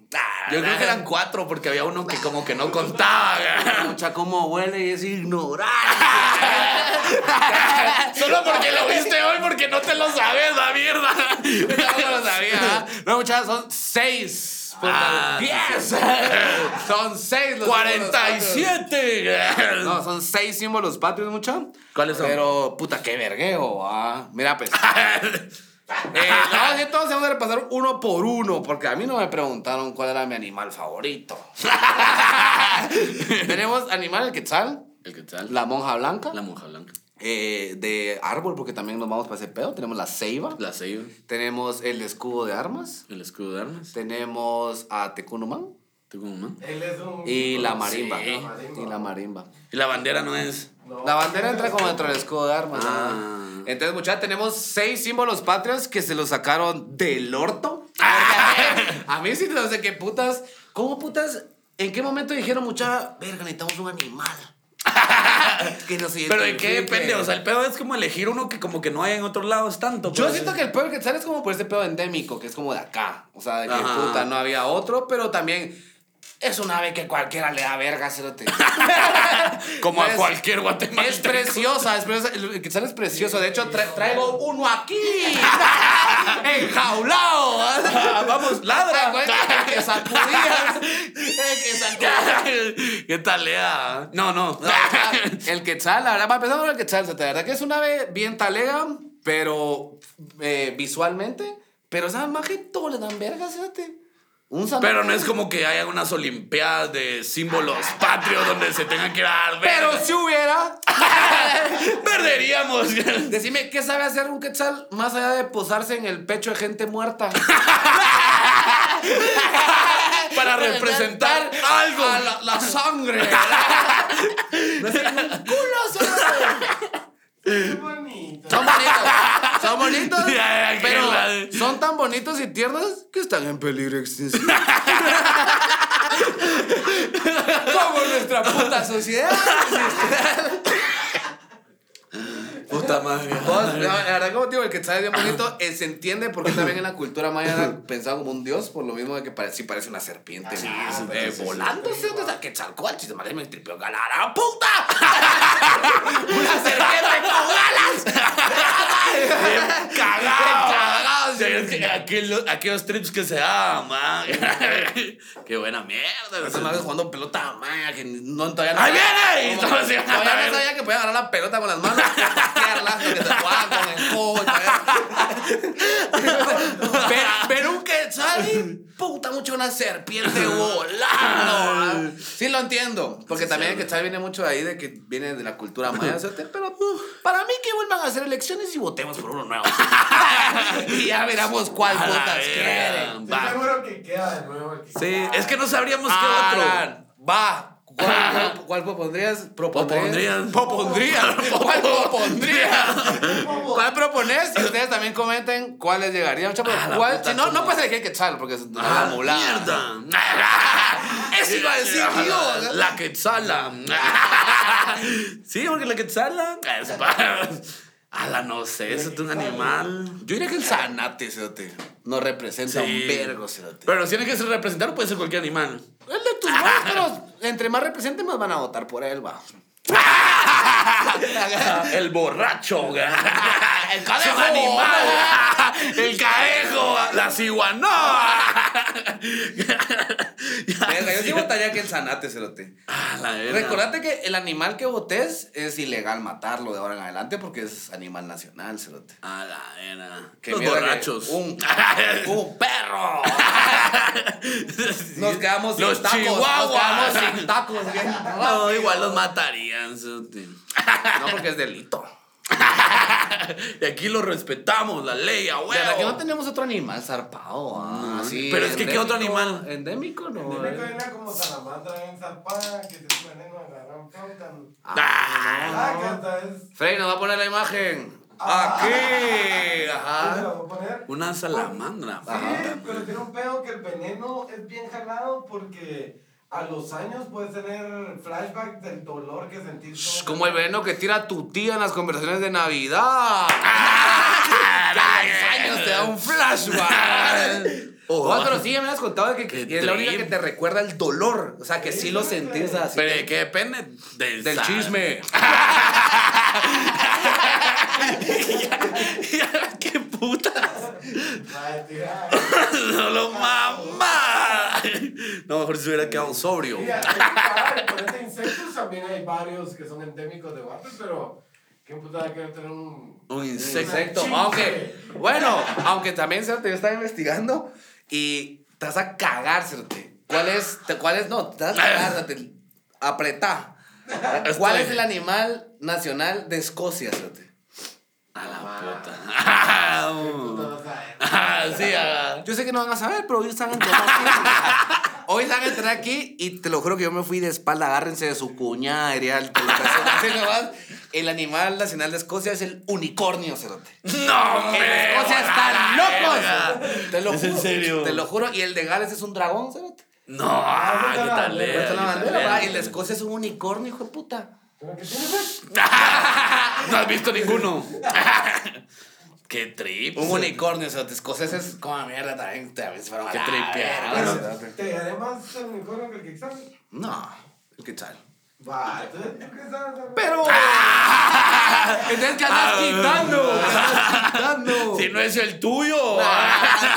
B: Yo creo que eran cuatro porque había uno que como que no contaba.
C: Mucha como huele y es ignorante.
B: Solo porque lo viste hoy porque no te lo sabes, la mierda.
C: No lo sabía. No, muchachos, son seis. Por
B: Ah,
C: favor. diez. son seis los símbolos
B: 47.
C: patrios. No, son seis símbolos patrios, muchachos.
B: ¿Cuáles son?
C: Pero, puta, qué vergueo, ah. Mira, pues. Eh, no, sí, entonces vamos a repasar uno por uno, porque a mí no me preguntaron cuál era mi animal favorito. Tenemos animal el quetzal,
B: El que tal.
C: la monja blanca,
B: La monja blanca.
C: eh, de árbol, porque también nos vamos para ese pedo. Tenemos la ceiba,
B: La sello.
C: tenemos el escudo de armas,
B: El escudo de armas.
C: tenemos a Tecunumán
B: ¿Tú como man?
D: Él es un.
C: y la marimba.
B: Sí.
C: Y la marimba.
B: Y la bandera no es.
D: No,
C: La bandera entra como dentro del escudo de armas.
B: Ah.
C: ¿no? Entonces, muchachos, tenemos seis símbolos patrios que se los sacaron del orto.
B: Ah.
C: A mí sí, no sé qué putas. ¿Cómo putas? ¿En qué momento dijeron, mucha verga, necesitamos un animal? que nos
B: Pero de qué
C: identifique?
B: depende. O sea, el pedo es como elegir uno que como que no hay en otros lados tanto.
C: Yo
B: pues.
C: siento que el pedo que sale es como por este pedo endémico, que es como de acá. O sea, de que
B: Ajá.
C: puta, no había otro, pero también es un ave que cualquiera le da verga, cerote.
B: Como
C: Es-
B: a cualquier guatemalteco.
C: Es preciosa, es preciosa. El quetzal es precioso. De hecho, tra- traigo uno aquí. Enjaulado.
B: Ah, Vamos, ladra.
C: Acuérdate que sacudías. El que sacudías.
B: ¿Qué tal, Lea? No, no.
C: El quetzal, la verdad, para empezar por el quetzal, la verdad que es una ave bien talega, pero eh, visualmente, pero esa magia todo le dan vergas, fíjate. Un santo-
B: Pero no es como que haya unas olimpiadas de símbolos patrios donde se tengan que dar.
C: Pero si hubiera,
B: perderíamos.
C: decime, ¿qué sabe hacer un quetzal más allá de posarse en el pecho de gente muerta?
B: Para representar algo.
C: A la, la sangre. no sé, un culo, cerote.
D: Qué bonito.
C: Son bonitos. Son bonitos.
B: Ya, ya, que
C: pero
B: la-
C: son tan bonitos y tiernos que están en peligro de extinción. Como nuestra puta sociedad.
B: Puta, Puta madre.
C: Vos, la, la verdad, como te digo, el Quetzal es bien bonito, eh, se entiende porque también en la cultura maya era pensado como un dios, por lo mismo de que parece, sí parece una serpiente.
B: sí,
C: güey,
B: sí,
C: eh,
B: sí, sí,
C: volándose, ¿dónde está Quetzalcóatl? Se me tripeó galara, puta. una serpiente con galas.
B: Cagado. Aquellos, aquellos trips que se daban, man. Qué buena
C: Esa
B: mierda.
C: madre jugando pelota maya, que no todavía no.
B: ¡Ahí viene! Y
C: Como-
B: todos se van a
C: Todavía
B: ver.
C: no sabía que podía agarrar la pelota con las manos. Quedarla que te jugaba con el codo. y todavía- Pero, pero un quetzal, puta, mucho una serpiente volando. ¿verdad? Sí, lo entiendo. Porque también el quetzal viene mucho de ahí, de que viene de la cultura maya. ¿cierto? Pero uh, para mí que vuelvan a hacer elecciones y votemos por uno nuevo. y ya veremos cuál
B: A la
C: votas
B: verga.
C: quieren.
D: Estoy
B: Va.
D: seguro que queda de nuevo el que
B: Sí,
D: queda.
B: es que no sabríamos qué otro.
C: Alan, Va. ¿Cuál, cuál propondrías?
B: Popondrías.
C: Popondrías. ¿Cuál propondrías?
D: ¿Cómo?
C: ¿Cuál propones? Y ustedes también comenten cuál les llegaría. Mucha-
B: Ah, la
C: ¿cuál?
B: puta,
C: Si no, no
B: ¿cómo?
C: puede elegir Quetzal porque es una
B: Ah,
C: mulada.
B: ¡Mierda!
C: Eso iba a decir yo.
B: La quetzala. sí, porque la quetzala. es pa- Ala, no sé, eso es un animal.
C: Yo diría que el zanate, cerote, nos representa
B: Sí.
C: un vergo, cerote.
B: Pero tiene que ser representado, puede ser cualquier animal.
C: el de tus manos, pero entre más represente, más van a votar por él, va.
B: El borracho.
C: El
B: Es un animal. El caejo. La ciguanoa.
C: Verga, yo sí votaría que el zanate, cerote.
B: Ala, verga.
C: Recordate que el animal que votes es ilegal matarlo de ahora en adelante porque es animal nacional, cerote.
B: A la era.
C: Qué
B: Los
C: mierda que-
B: borrachos.
C: un-
B: un perro.
C: Nos quedamos sin
B: los
C: tacos. Nos
B: chihuahuas.
C: quedamos sin tacos. güey.
B: No, igual los matarían. cerote.
C: No, porque es delito.
B: Y aquí lo respetamos, la ley, a
C: ¿Verdad que no
B: huevo.
C: tenemos otro animal zarpado? Ah, sí,
B: Pero es que, ¿qué
C: endémico.
B: otro animal?
C: Endémico, no.
D: Tiene que
C: eh.
D: venir como salamandra bien zarpada, que se ponen a agarrar flauta.
B: Ah,
D: Ah, que hasta es.
C: Frey, nos va a poner la imagen.
D: Ah.
C: Aquí.
D: ¿Te
C: Ajá.
D: lo voy a poner?
B: Una salamandra.
D: Sí, pero tiene un pedo que el veneno es bien jalado porque a los años puedes tener flashbacks del dolor que sentís.
C: Shh,
D: todo.
C: Como el veneno que tira tu tía en las conversaciones de Navidad.
B: Caray.
C: años te da un flashback.
B: Oh,
C: Vos, pero sí, ya me has contado que, que
B: Qué
C: es la única
B: trip.
C: que te recuerda el dolor. O sea, que sí lo sentís así.
B: Pero ¿de qué depende? Del,
C: del
B: sal-
C: chisme.
B: ¿Qué putas?
D: Ay, tía.
B: No lo mamá. No, mejor se hubiera quedado sobrio.
D: Mira, hay varios insectos este también hay varios que son endémicos de Guate, pero qué putada que tener un.
B: Un insecto.
C: Exacto.
D: Chisme.
C: Aunque, bueno, aunque también se te está investigando y te vas a cagar, Certe. ¿Cuál es? te- ¿Cuál es? No, te vas a cagar, Certe. Apretá. ¿Cuál
B: Estoy.
C: es el animal nacional de Escocia, Certe?
B: A la puta.
C: Mm.
D: puta, o sea,
B: Ah, sí, ah.
C: Yo sé que no van a saber, pero hoy están entrenando aquí. Hoy están entrar aquí y te lo juro que yo me fui de espalda. Agárrense de su cuñada, Ariel. te lo presento. Así nomás, El animal nacional de Escocia es el unicornio, Cerote.
B: No,
C: En
B: hombre.
C: Escocia están
B: A la
C: locos.
B: verga.
C: Te lo
B: ¿Es
C: juro.
B: en serio?
C: Te lo juro. Y el de Gales es un dragón, Cerote.
B: No, ah,
D: Ahorita la-
B: quítale.
D: ahorita
C: Esta es la bandera,
B: quítale.
C: va, Y la Escocia es un unicornio, hijo de puta.
D: ¿pero qué tiene, pues?
B: No has visto ninguno. Qué trip.
C: Un unicornio, Cerote. Escoceses es como mierda también. También se fueron a
B: Qué
C: la
B: tripeado,
C: verga,
D: Pero,
C: Cerote.
D: ¿Te daré más este, el unicornio que el que examen?
C: No. ¿Qué tal?
D: Va, entonces tú qué sabes.
C: Pero. Entonces, ¿qué andas
B: Ah.
C: quitando? ¿Qué andas quitando?
B: Si no es el tuyo.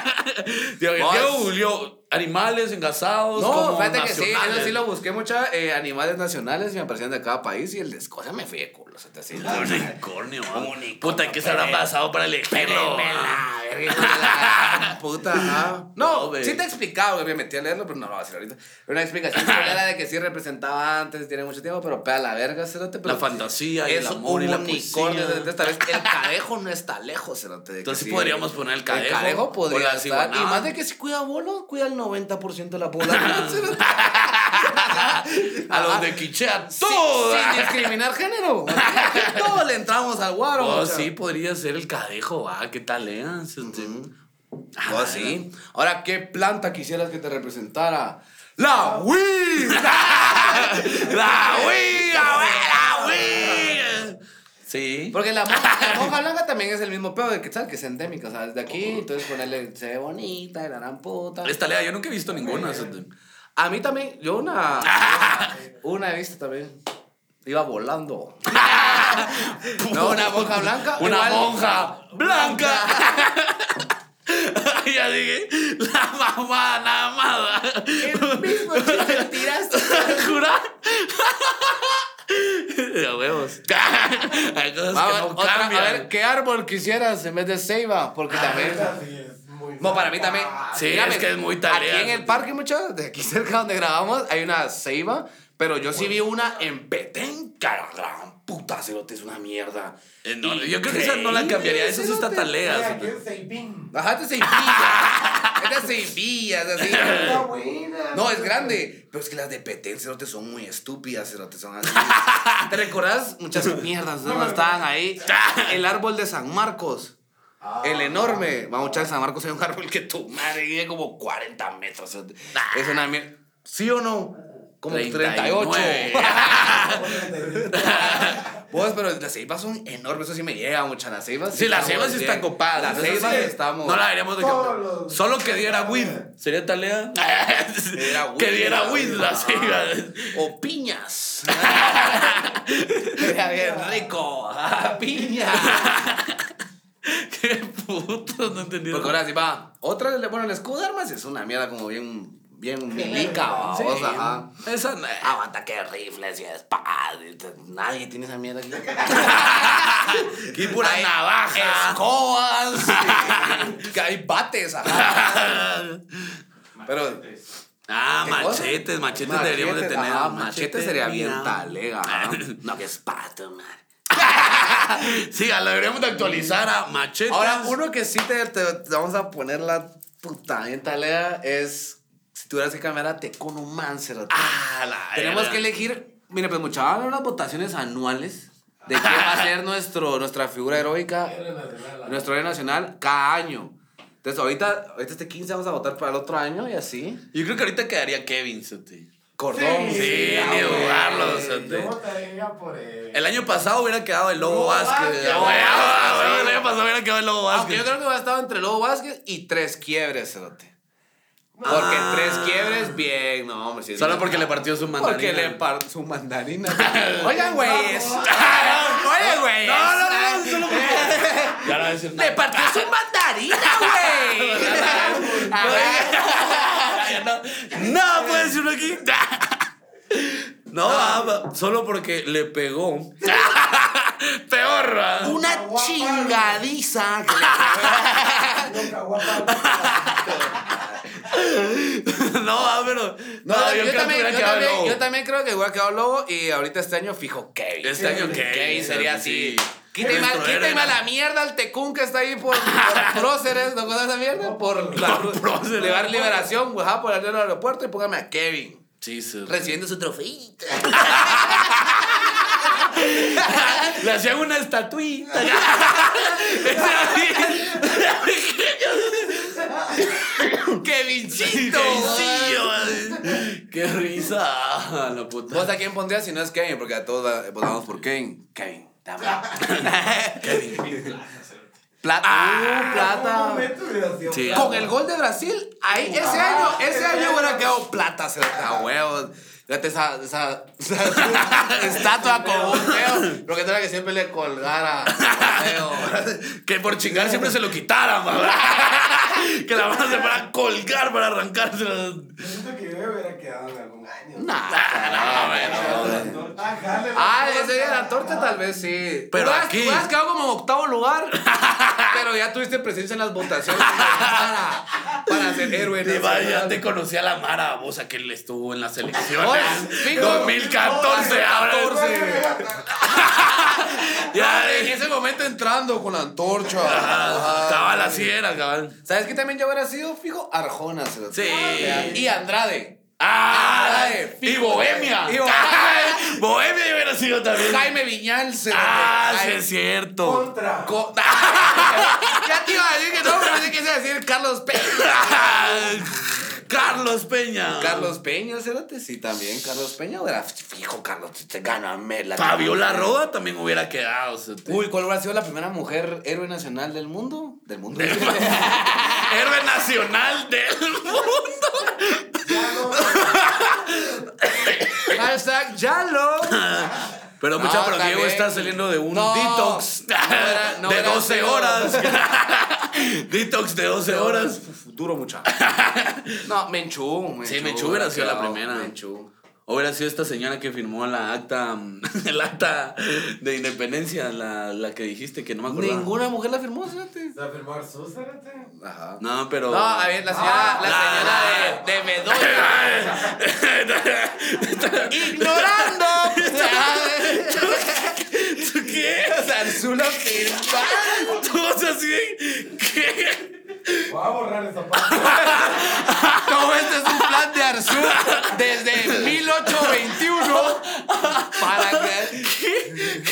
B: Digo,
C: Vos.
B: yo Julio, animales engasados.
C: No,
B: como
C: fíjate que sí,
B: nacionales.
C: eso sí lo busqué mucha eh, animales nacionales y me aparecían de cada país y el de Escocia me fui de culo. o sea, te así, la-
B: Un unicornio.
C: Un unicornio,
B: Puta, ¿qué se habrá
C: pero-
B: pasado para elegirlo?
C: Espérenme la verga, hijo de la gran puta. ajá.
B: No,
C: No,
B: ve.
C: sí te explicaba, güey, me metí a leerlo, pero no lo voy a hacer ahorita. Pero una explicación que era de que sí representaba antes, tiene mucho tiempo, pero pega la verga, cerote. Pero
B: La fantasía y
C: es
B: el amor
C: un
B: y la
C: unicornio,
B: poesía.
C: entonces, tal vez el cadejo no está lejos, cerote. de que
B: Entonces
C: sí.
B: podríamos poner el
C: El
B: cadejo.
C: cadejo
B: o
C: podría
B: la
C: estar. Y
B: ciguaná.
C: más de que si cuida bolos, cuida el 90% de la población. cerote.
B: A los de Quichea,
C: Sí,
B: todo.
C: Sin discriminar género. Todos le entramos al guaro.
B: Oh,
C: mucha.
B: sí, podría ser el cadejo, ah, ¿qué tal, eh? Sí, sí. Ah,
C: Oh, sí. Ahora, ¿qué planta quisieras que te representara? ¡La Wii! Ah.
B: ¡La Wii, abuela, Wii! Sí.
C: Porque la monja, la monja blanca también es el mismo pedo de Quetzal, que es endémica, o sea, desde aquí, entonces ponerle, se ve bonita, y la gran puta.
B: Esta lea, yo nunca he visto ninguna. sete.
C: A mí también, yo una, una he visto también, iba volando. no, una monja blanca.
B: Una
C: igual-
B: monja blanca. ya dije, la mamá, la amada.
C: El mismo chiste tiraste.
B: ¿Jura? A huevos. Hay cosas
C: Vamos,
B: que no
C: otra, a
B: cambian.
C: ver, ¿qué árbol quisieras en vez de ceiba? Porque también... No, para mí también.
B: Ah,
D: Ah,
B: Sí, es que es muy tarea.
C: Aquí en el parque, muchachos, de aquí cerca donde grabamos, hay una ceiba, pero yo sí vi una en Petén, cara, gran puta, cerote, es una mierda.
B: Eh, no, yo creo que esa no la cambiaría. Eso sí está
C: Increíble,
B: talea.
D: Aquí es Seipín.
C: Bajaste ceibilla. Estas ceibillas, así.
D: Está buena.
C: No, es grande. Pero es que las de Petén, cerote, son muy estúpidas, cerote, son así. ¿Te recordás? Muchas mierdas, ¿no? Estaban ahí. El árbol de San Marcos. El
D: Ah,
C: enorme. Vamos a echar San Marcos. Hay un árbol que tu madre vive como 40 metros. cerote. Es una mierda. ¿Sí o no? Como 38.
B: 39.
C: Vos, Pues, pero las ceibas son enormes. Eso sí me llega mucho. Las ceibas.
B: Sí, las
C: estamos
B: cebas sí
C: bien.
B: están copadas.
C: Las
B: eso sí,
C: ceibas estamos.
B: No la deberíamos de
D: Todos
B: cambiar.
D: los-
B: Solo que diera weed. ¿Sería talea?
C: diera weed,
B: que diera
C: la
B: weed
C: weed.
B: las cebas.
C: O piñas. Era bien rico. ah, Piña.
B: Qué puto, no entendí.
C: Porque ahora sí va. Otra, bueno, el escudo de armas es una mierda como bien, bien milica, babos,
B: Sí,
C: ajá.
B: Esa no.
C: Aguanta que rifles y espadas. y te- Nadie tiene esa mierda aquí.
B: Y pura
C: Hay
B: navaja.
C: Escobas. y- que hay bates, ajá. Pero.
B: Ah,
C: ¿Qué
B: machetes, machetes,
C: cosa?
B: deberíamos de
C: Machetes,
B: tener.
C: ajá, machetes sería bien
B: mira.
C: talega. ajá. No, que espadas, madre.
B: Sí, la deberíamos de actualizar a machetes.
C: Ahora, uno que sí te, te- te vamos a poner la puta en talea es si tuvieras que cambiar a Teconomancer.
B: Ah, la
C: Tenemos
B: verga.
C: que elegir. Mire, pues muchachos, van a las votaciones anuales de quién va a ser nuestro, nuestra figura heroica, nuestro héroe nacional cada año. Entonces, ahorita, ahorita este 15 vamos a votar para el otro año y así.
B: Yo creo que ahorita quedaría Kevin, Sote.
C: Cordón.
B: Sí, ni dudarlo, Sote.
D: Yo votaría por él.
B: El año pasado hubiera quedado el Lobo
D: Lobo
B: Vázquez.
D: Vázquez.
B: Ah, güey, ah, güey, Ah, El año pasado hubiera quedado el Lobo
C: Aunque
B: Vázquez.
C: yo creo que va a estar entre Lobo Vázquez y Tres Quiebres, cerote. Porque
B: Ah.
C: Tres Quiebres, bien, no, hombre. sí es
B: Solo
C: bien.
B: porque le partió su mandarina.
C: Porque le par su mandarina. Oigan, güeyes.
D: Vamos.
C: Oigan, güeyes.
B: No, no, no, no, solo porque- Ya no voy a decir
C: Le
B: nada.
C: partió su mandarina, güey.
B: No, puede decir uno aquí. No, ah, solo porque le pegó. Peor. ah.
C: Una
D: Guapa,
C: chingadiza.
D: Loca, guapa, loca.
B: No, ah, pero.
C: No, yo,
B: creo que
C: también,
B: hubiera
C: yo,
B: quedado el
C: también,
B: lobo.
C: yo también creo que hubiera quedado lobo y ahorita este año fijo Kevin.
B: Este año Kevin,
C: Kevin sería
B: sí.
C: así. Quíteme,
B: Nuestro
C: quíteme
B: héroe,
C: a la
B: ¿no?
C: mierda al tecún que está ahí por, por próceres, ¿no conoces esa mierda? Por la
B: Por próceres.
C: llevar liberación, ajá, por el aeropuerto y póngame a Kevin.
B: Sí, sí.
C: recibiendo su trofeito.
B: Le hacían una estatuita. Ese era
C: ¡Qué
B: bien
C: bichito!
B: sencillo, así. Qué risa. Ah, La puta.
C: ¿Vos a quién pondrías si no es Kevin? Porque a todos eh, votamos por Kevin. Kevin, dame. Plata. Uh,
D: Un
C: plata.
D: momento hubiera sido
B: Sí.
D: plata.
C: Con el gol de Brasil, ahí, ese
D: Ah,
C: año, ese
D: qué
C: año
D: verga.
C: hubiera quedado plata, se a
B: Ah.
C: huevos. Fíjate esa, esa, esa estatua con un feo. Lo que era que siempre le colgara. Feo.
B: Que por chingar siempre se lo quitaran, ¿verdad? Que la mano se fuera a colgar para arrancársela.
D: Yo siento que yo hubiera quedado en algún año.
C: Nah,
B: no,
C: bueno.
D: Ajá, le-
C: Ah, ese día de la torta tal vez sí.
B: Pero
C: Tú has-
B: aquí-
C: Tú has quedado como en octavo lugar, pero ya tuviste presencia en las votaciones para, para ser héroe.
B: Te
C: nacional.
B: vaya, te conocí a la Mara, vos a que él estuvo en ¿eh? las
C: Oye,
B: elecciones.
C: fijo,
B: 2014, ahora.
C: 2014.
B: Ya,
C: En ese momento entrando con la antorcha.
B: ah, cabal, así era, cabal.
C: ¿Sabes qué también yo hubiera sido? Fijo, Arjona. se lo-
B: Sí.
C: Y Andrade.
B: ¡Ah!
C: Ay,
B: Y Bohemia.
C: Y Bohemia.
B: Ay, Bohemia yo hubiera sido también.
C: Jaime Viñal. se lo-
B: ¡Ah!
C: Ay,
B: Sí, es cierto.
D: Contra.
C: co- ya te iba a decir que no, pero pensé que se iba a decir Carlos Pérez.
B: Carlos Peña.
C: Carlos Peña, cérate, sí, también Carlos Peña era fijo, Carlos, te- te gáname la
B: Fabiola Roa también hubiera quedado. cerote.
C: Uy, ¿cuál hubiera sido la primera mujer héroe nacional del mundo? Del mundo.
B: Héroe nacional del mundo.
D: Ya no.
C: Hashtag Yalo.
B: Pero mucha,
C: No,
B: pero Diego
C: también.
B: está saliendo de un
C: No,
B: detox
C: no era- no
B: de
C: era
B: 12
C: así,
B: horas. detox de 12 horas.
C: Duro mucha. No, Menchú.
B: Sí, Menchú hubiera sido la
C: claro,
B: primera.
C: Menchú.
B: O hubiera sido esta señora que firmó la acta, el acta de independencia, la, la que dijiste que no me acuerdo.
C: Ninguna mujer la firmó, fíjate.
D: ¿Se va a firmar su cérate?
C: Ajá.
B: No, pero.
C: No, a ver, la señora,
D: Ah,
C: la
B: la-
C: señora de, de Bedoya. ¡Ignorando!
B: ¿Qué?
C: O sea, Zula firmó.
B: Todos así. de, ¿Qué?
D: Voy a borrar esa parte.
C: Todo este es un plan de Arzú desde 1821 para que...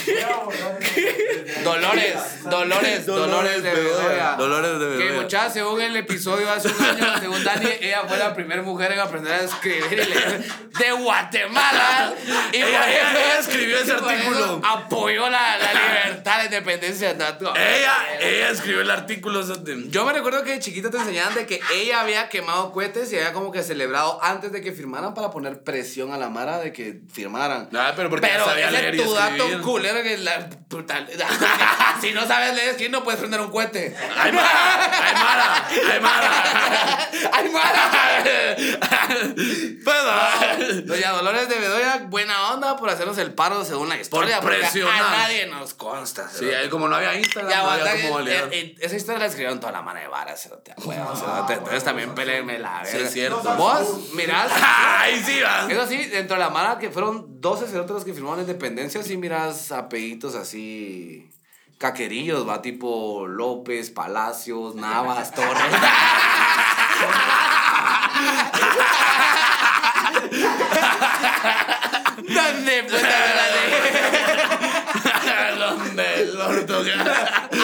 D: Voy a borrar esa
C: Dolores, Dolores, Dolores de Bedoya.
B: Dolores de
C: Que
B: Bedoya.
C: muchachos, según el episodio hace un año, según Dani, ella fue la primera mujer en aprender a escribir y leer de Guatemala. Y
B: Ella-
C: por
B: ella-
C: eso-
B: ella escribió ese
C: y por eso
B: artículo.
C: Apoyó la, la libertad, la independencia. Nato.
B: Ella, ella escribió el artículo. eso te-
C: Yo me recuerdo que de chiquita te enseñaban de que ella había quemado cohetes y había como que celebrado antes de que firmaran para poner presión a la Mara de que firmaran.
B: Ah, pero porque
C: Pero
B: ya sabía
C: ese
B: leer y
C: tu dato
B: escribir.
C: culero que la puta- si no sabes leer y escribir no puedes prender un cohete.
B: ¡Ay, Mara! ¡Ay, Mara! ¡Ay, Mara!
C: ¡Ay, Mara!
B: Pero-
C: Doña Dolores de Bedoya, buena onda por hacernos el paro según la historia. porque
B: presionar.
C: A nadie nos consta.
B: Sí,
C: cerote.
B: ahí como no había Instagram,
C: Y
B: no
C: aguanta
B: había
C: que-
B: cómo validar.
C: eh, eh, esa historia la escribieron toda la mano de vara, cerote, a huevo, cerote. Entonces
D: bueno,
C: también
D: sí.
C: peleenme la verga.
B: Sí, es cierto.
C: Vos mirás.
B: ¡Ay, sí, va!
C: Eso sí, dentro de la mara que fueron 12 cerotes los que firmaron la independencia, sí miras apellitos así. Caquerillos, va tipo López, Palacios, Navas, Torres. ¿Dónde puta verdad?
B: ¿Dónde el orto?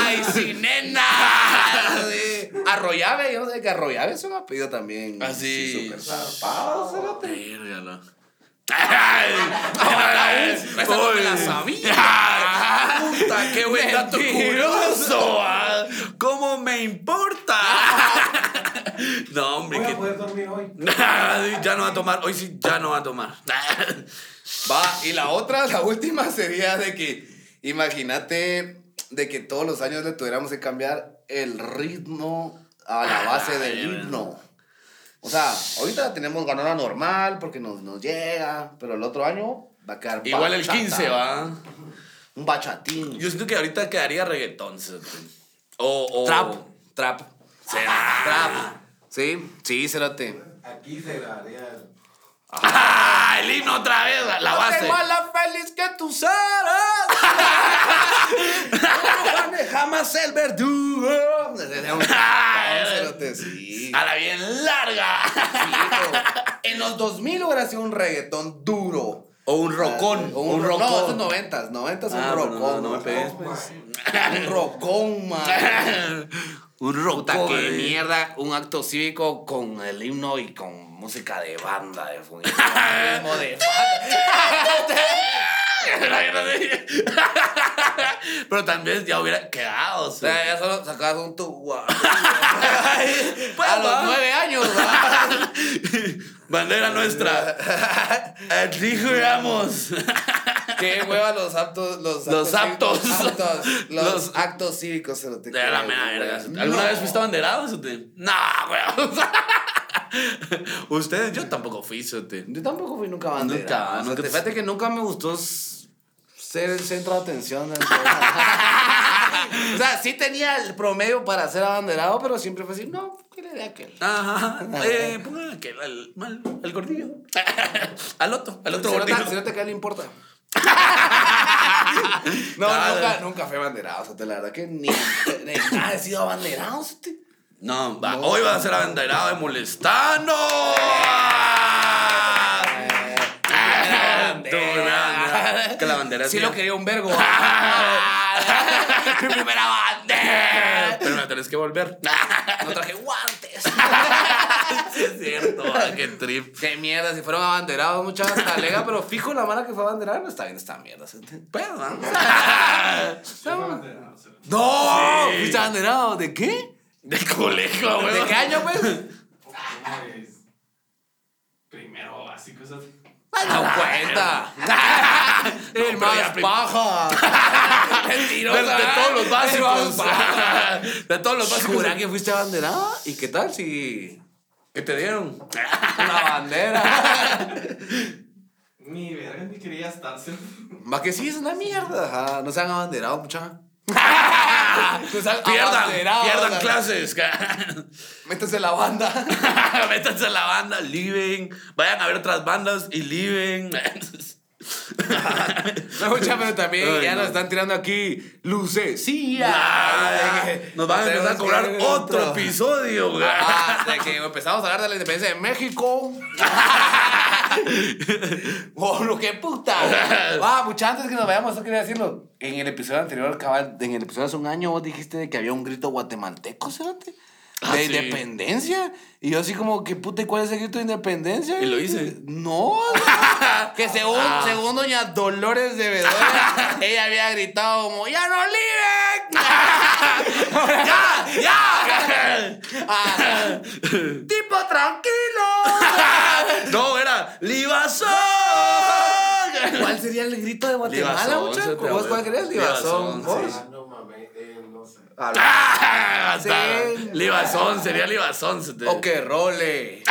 C: ¡Ay, sí, nena! Sí. Arroyave, yo no sé que Arroyave es un apellido también.
B: Así.
C: Ah, sí, súper zarpado, cerote.
B: Vérgalo. ¡Ay! ¡Ay!
C: Esa no me la
B: Uy.
C: sabía.
B: Ay, ¡Puta, qué buen dato
C: Mentiroso.
B: curioso! ah. ¿Cómo me importa? No, hombre,
D: Voy
B: que...
D: a poder dormir hoy.
B: Ay, Ya no va a tomar. Hoy sí, ya no va a tomar.
C: Va, y la otra, la última sería de que, imagínate de que todos los años le tuviéramos que cambiar el ritmo a la base del
B: Ay,
C: himno. O sea, ahorita tenemos ganada normal porque nos, nos llega, pero el otro año va a quedar
B: Igual el
C: bachata,
B: 15, va.
C: Un bachatín.
B: Yo siento que ahorita quedaría reggaetón. ¿sí? O, o-
C: trap.
B: Será.
C: Trap. Sí, sí, cérate.
D: Aquí se grabaría.
B: Ah, el himno otra vez, la, la base.
C: la feliz que tú serás. jamás el verdugo.
B: Ah,
C: Cérate, sí.
B: A la bien larga.
C: En los 2000 hubiera sido un reggaetón duro.
B: O un
C: O un, rock No, esos noventas, noventas un
B: Ah, pero
C: rocón.
B: no, no me
C: man.
B: pegues,
C: Un rocón, man.
B: un
C: Puta,
B: rock.
C: qué mierda, un acto cívico con el himno y con música de banda de funeral, ritmo de
B: Pero también ya hubiera quedado. o
C: O sea,
B: sea,
C: ya solo sacabas un tubo. a
B: Pues,
C: los
B: va.
C: nueve años. va.
B: Bandera nuestra. Dijéramos.
C: Qué hueva los aptos. Los,
B: Los
C: actos
B: aptos.
C: cívicos, aptos, los,
B: Los-
C: actos cívicos se lo te
B: De la
C: creo,
B: mera
C: güey.
B: verga. ¿Alguna
C: No.
B: vez fuiste abanderado? Sote? No, güey. Ustedes, yo tampoco fui, Sote.
C: Yo tampoco fui nunca bandera.
B: Nunca,
C: O sea,
B: nunca
C: te-
B: te-
C: Fíjate que nunca me gustó s- ser el centro de atención. del- o sea, sí tenía el promedio para ser abanderado, pero siempre fue así, no, ¿qué le de aquel?
B: Ajá. Eh, pongan aquel, al, mal, al gordillo. al otro, al otro
C: Si no, te,
B: gordillo.
C: si no te cae, le importa. no,
B: Nada.
C: nunca, nunca fui abanderado. O sea, te- la verdad que ni, ni nada he sido abanderado. o sea, te-
B: No, va, hoy va a ser abanderado de molestando.
C: Eh,
B: Tu Ah, primera bandera. Que la bandera es
C: Sí
B: mía.
C: lo quería un vergo.
B: Mi primera bandera. Pero me la tenés que volver.
C: No traje guantes.
B: Sí, es cierto, ah, qué trip.
C: Qué mierda, si fueron abanderados, mucha talega, pero fijo la mala que fue abanderada, no está bien esta mierda. ¿sí?
B: Pero, ¿no?
C: ¡No!
B: Sí.
C: ¿Fuiste abanderado? ¿De qué?
B: Del colegio, güey.
C: ¿De qué año, pues?
E: Pues, Primero básico, eso.
C: Ah, No cuenta.
B: pero ya
C: El más
B: prim-
C: paja.
B: Mentirosa.
C: De- de todos los básicos.
B: De básicos. De todos los básicos.
C: ¿Jurá que fuiste abanderado? ¿Y qué tal si.? ¿Qué te dieron? Una bandera.
E: Ni verga, ni quería estarse.
C: Más que sí, es una mierda. ajá. No se han abanderado, mucha. No se han
B: Pierdan,
C: abanderado,
B: pierdan
C: la-
B: clases.
C: Métese la banda.
B: Métanse a la banda, living. Vayan a ver otras bandas y living.
C: No, mucha, pero también
B: Ay,
C: ya
B: no.
C: nos están tirando aquí luces. Sí,
B: Ya, Nos van a empezar a cobrar otro episodio, güey.
C: Ah, de que empezamos a hablar de la independencia de México. ¡Oh, lo que puta! Ah, muchas antes que nos vayamos, yo quería decirlo. En el episodio anterior, cabal, en el episodio hace un año, vos dijiste de que había un grito guatemalteco, ¿sabes?
B: Ah,
C: de
B: sí.
C: independencia. Y yo así como, ¿qué puta? ¿Y cuál es el grito de independencia?
B: Y lo hice. Ah.
C: No. que según, según doña Dolores de Bedoya, ella había gritado como, ¡Ya no liben!
B: ¡Ya! ¡Ya!
C: Ah, ¡Tipo tranquilo!
B: no, era Libazón.
C: ¿Cuál sería el grito de Guatemala,
B: Libazón, se
C: muchachos?
B: te
C: ¿Vos cuál crees?
B: Libazón,
C: Libazón. ¿Vos?
B: sí.
D: no mames, eh, no sé.
C: Ah,
B: Ah,
C: Sí.
B: está. Libazón, sería Libazón. se te-
C: O que role.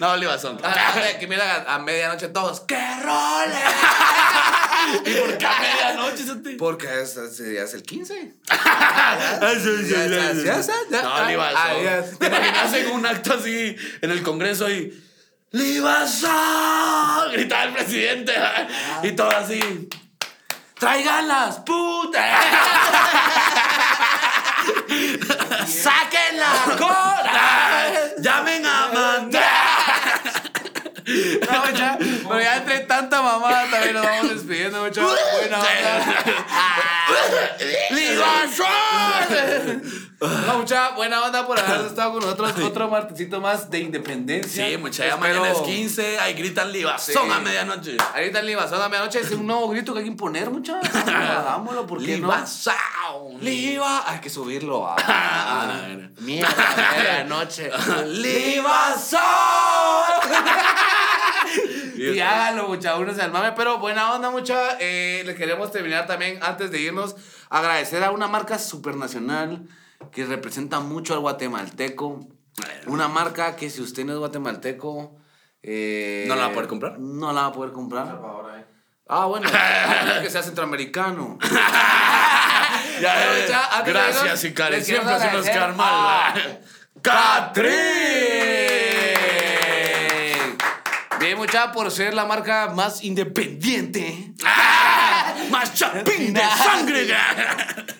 B: No, Libazón.
C: Ah, que mira a medianoche todos. ¡Qué role!
B: ¿Y por qué a medianoche? se te-
C: Porque ese sería el 15.
B: Ah, Ya, ya, ya, ya.
C: ya.
B: No,
C: Ah, ya.
B: Libazón. Te imaginas en un acto así en el Congreso y. ¡Libazón! Gritaba el presidente. Y todo así.
C: ¡Tráiganlas!
B: ¡Puta!
C: ¡Sáquenlas! ¡Cora!
B: ¡Llamen a mandar!
C: No, ya, pero ya entre tanta mamada también nos vamos despidiendo, muchachos. Buena onda. No, mucha buena onda por haber estado con nosotros otro martesito más de independencia.
B: Sí, muchachos, ya
C: Espero-
B: mañana es 15. Ahí gritan Libazón
C: Sí.
B: a medianoche.
C: Ahorita el Libazón a medianoche es un nuevo grito que hay que imponer, muchachos. Hagámoslo, ¿por qué
B: Libazón.
C: no? Liva, hay que subirlo. ah.
B: Ah, mira.
C: Mierda, medianoche.
B: ¡Libazón!
C: Y háganlo, mucha, únanse al mame. Pero buena onda, mucha. Eh, les queremos terminar también, antes de irnos, agradecer a una marca supernacional que representa mucho al guatemalteco. Una marca que si usted no es guatemalteco... eh,
B: ¿No la va a poder comprar?
C: No la va a poder comprar.
D: Ahora, eh.
C: Ah, bueno, es que sea centroamericano.
B: Ya,
C: Ya, antes de irnos,
B: gracias, Icari.
C: les quiero
B: Siempre se nos
C: agradecer
B: quedan
C: a-
B: mal. ¡Catrín!
C: Bien, mucha, por ser la marca más independiente.
B: ¡Ah! ¡Más chapín de sangre!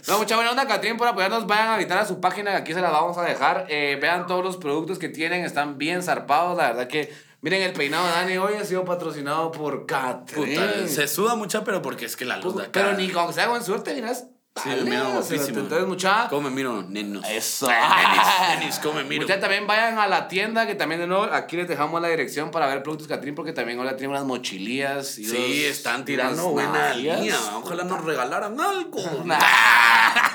C: No, mucha buena onda, Catrín, por apoyarnos. Vayan a visitar a su página, que aquí se la vamos a dejar. Eh, vean todos los productos que tienen, están bien zarpados. La verdad que, miren, el peinado de Dani hoy ha sido patrocinado por Catrín.
B: Puta, se suda mucha, pero porque es que la luz de
C: Puta,
B: acá.
C: Pero ni con que sea con suerte, miras.
B: Sí,
C: dale,
B: mira,
C: o sea,
B: guapísima.
C: Entonces, mucha.
B: ¿Cómo me miro, neno?
C: Eso.
B: Nenis, nenis, ¿cómo me miro?
C: Ustedes también vayan a la tienda, que también de nuevo aquí les dejamos la dirección para ver productos Catrín, porque también ahora tienen unas mochilías. Y unos-
B: Sí, están tirando
C: unas
B: buena
C: nalgas.
B: línea. Ojalá nos regalaran algo.
C: Nah.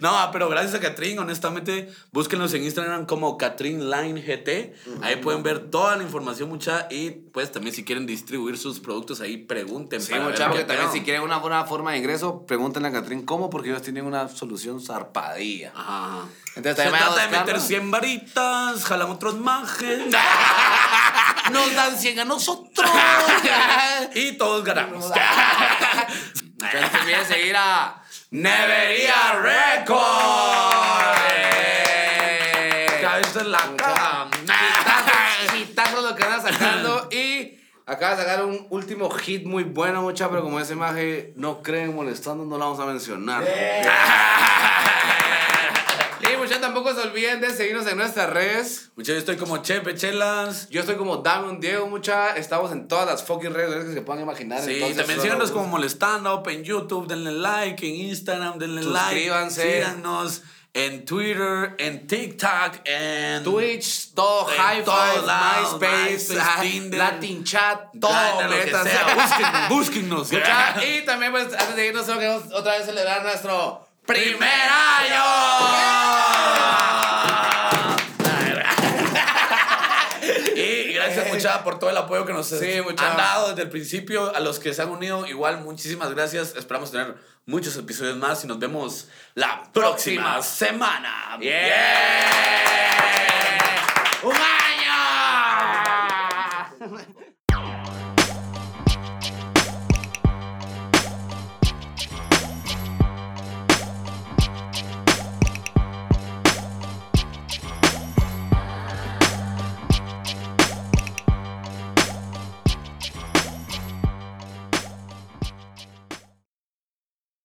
B: No, pero gracias a Catrín, honestamente, búsquenlos en Instagram como Catrín Line GT. Ahí pueden ver toda la información mucha y pues también si quieren distribuir sus productos ahí pregunten.
C: Sí,
B: para ver
C: muchachos,
B: qué
C: que también
B: pedo.
C: si quieren una buena forma de ingreso, pregúntenle a Catrín cómo, porque ellos tienen una solución zarpadilla.
B: Ajá.
C: Entonces,
B: Se
C: Pues, también vayan a
B: trata de meter
C: buscarlo.
B: 100 varitas, jalan otros majes
C: Nos dan 100 a nosotros.
B: y todos ganamos.
C: Entonces, no se olviden seguir a
B: Nevería Record. Cabeza en la cara.
C: Chitazos lo que andan sacando y acaba de sacar un último hit muy bueno, muchachos, pero como esa imagen no creen molestando, no la vamos a mencionar. Y muchachos, tampoco se olviden de seguirnos en nuestras redes.
B: Muchachos, Pues yo estoy como Chepe Chelas.
C: Yo estoy como Dame un Diego, mucha. Estamos en todas las fucking redes sociales que se puedan imaginar.
B: Sí,
C: entonces
B: también
C: solo-
B: síganos como Molestando en YouTube, denle like, en Instagram, denle like.
C: Suscríbanse.
B: Síganos. en Twitter, en TikTok, en
C: Twitch, todo,
B: En
C: High
B: todos
C: Five,
B: lados,
C: MySpace,
B: MySpace,
C: ah,
B: Tinder,
C: Latin Chat, todo,
B: Grindr, lo que
C: métanse.
B: sea. Búsquennos, búsquennos.
C: Escucha, y también, pues, antes de irnos, solo queremos otra vez celebrar nuestro
B: ¡Primer
C: primer
B: año! Y gracias, muchachos, por todo el apoyo que nos
C: Sí, mucha.
B: han dado desde el principio. A los que se han unido, igual, muchísimas gracias. Esperamos tener muchos episodios más y nos vemos la próxima,
C: Próxima.
B: semana.
C: Yeah.
B: ¡Un año!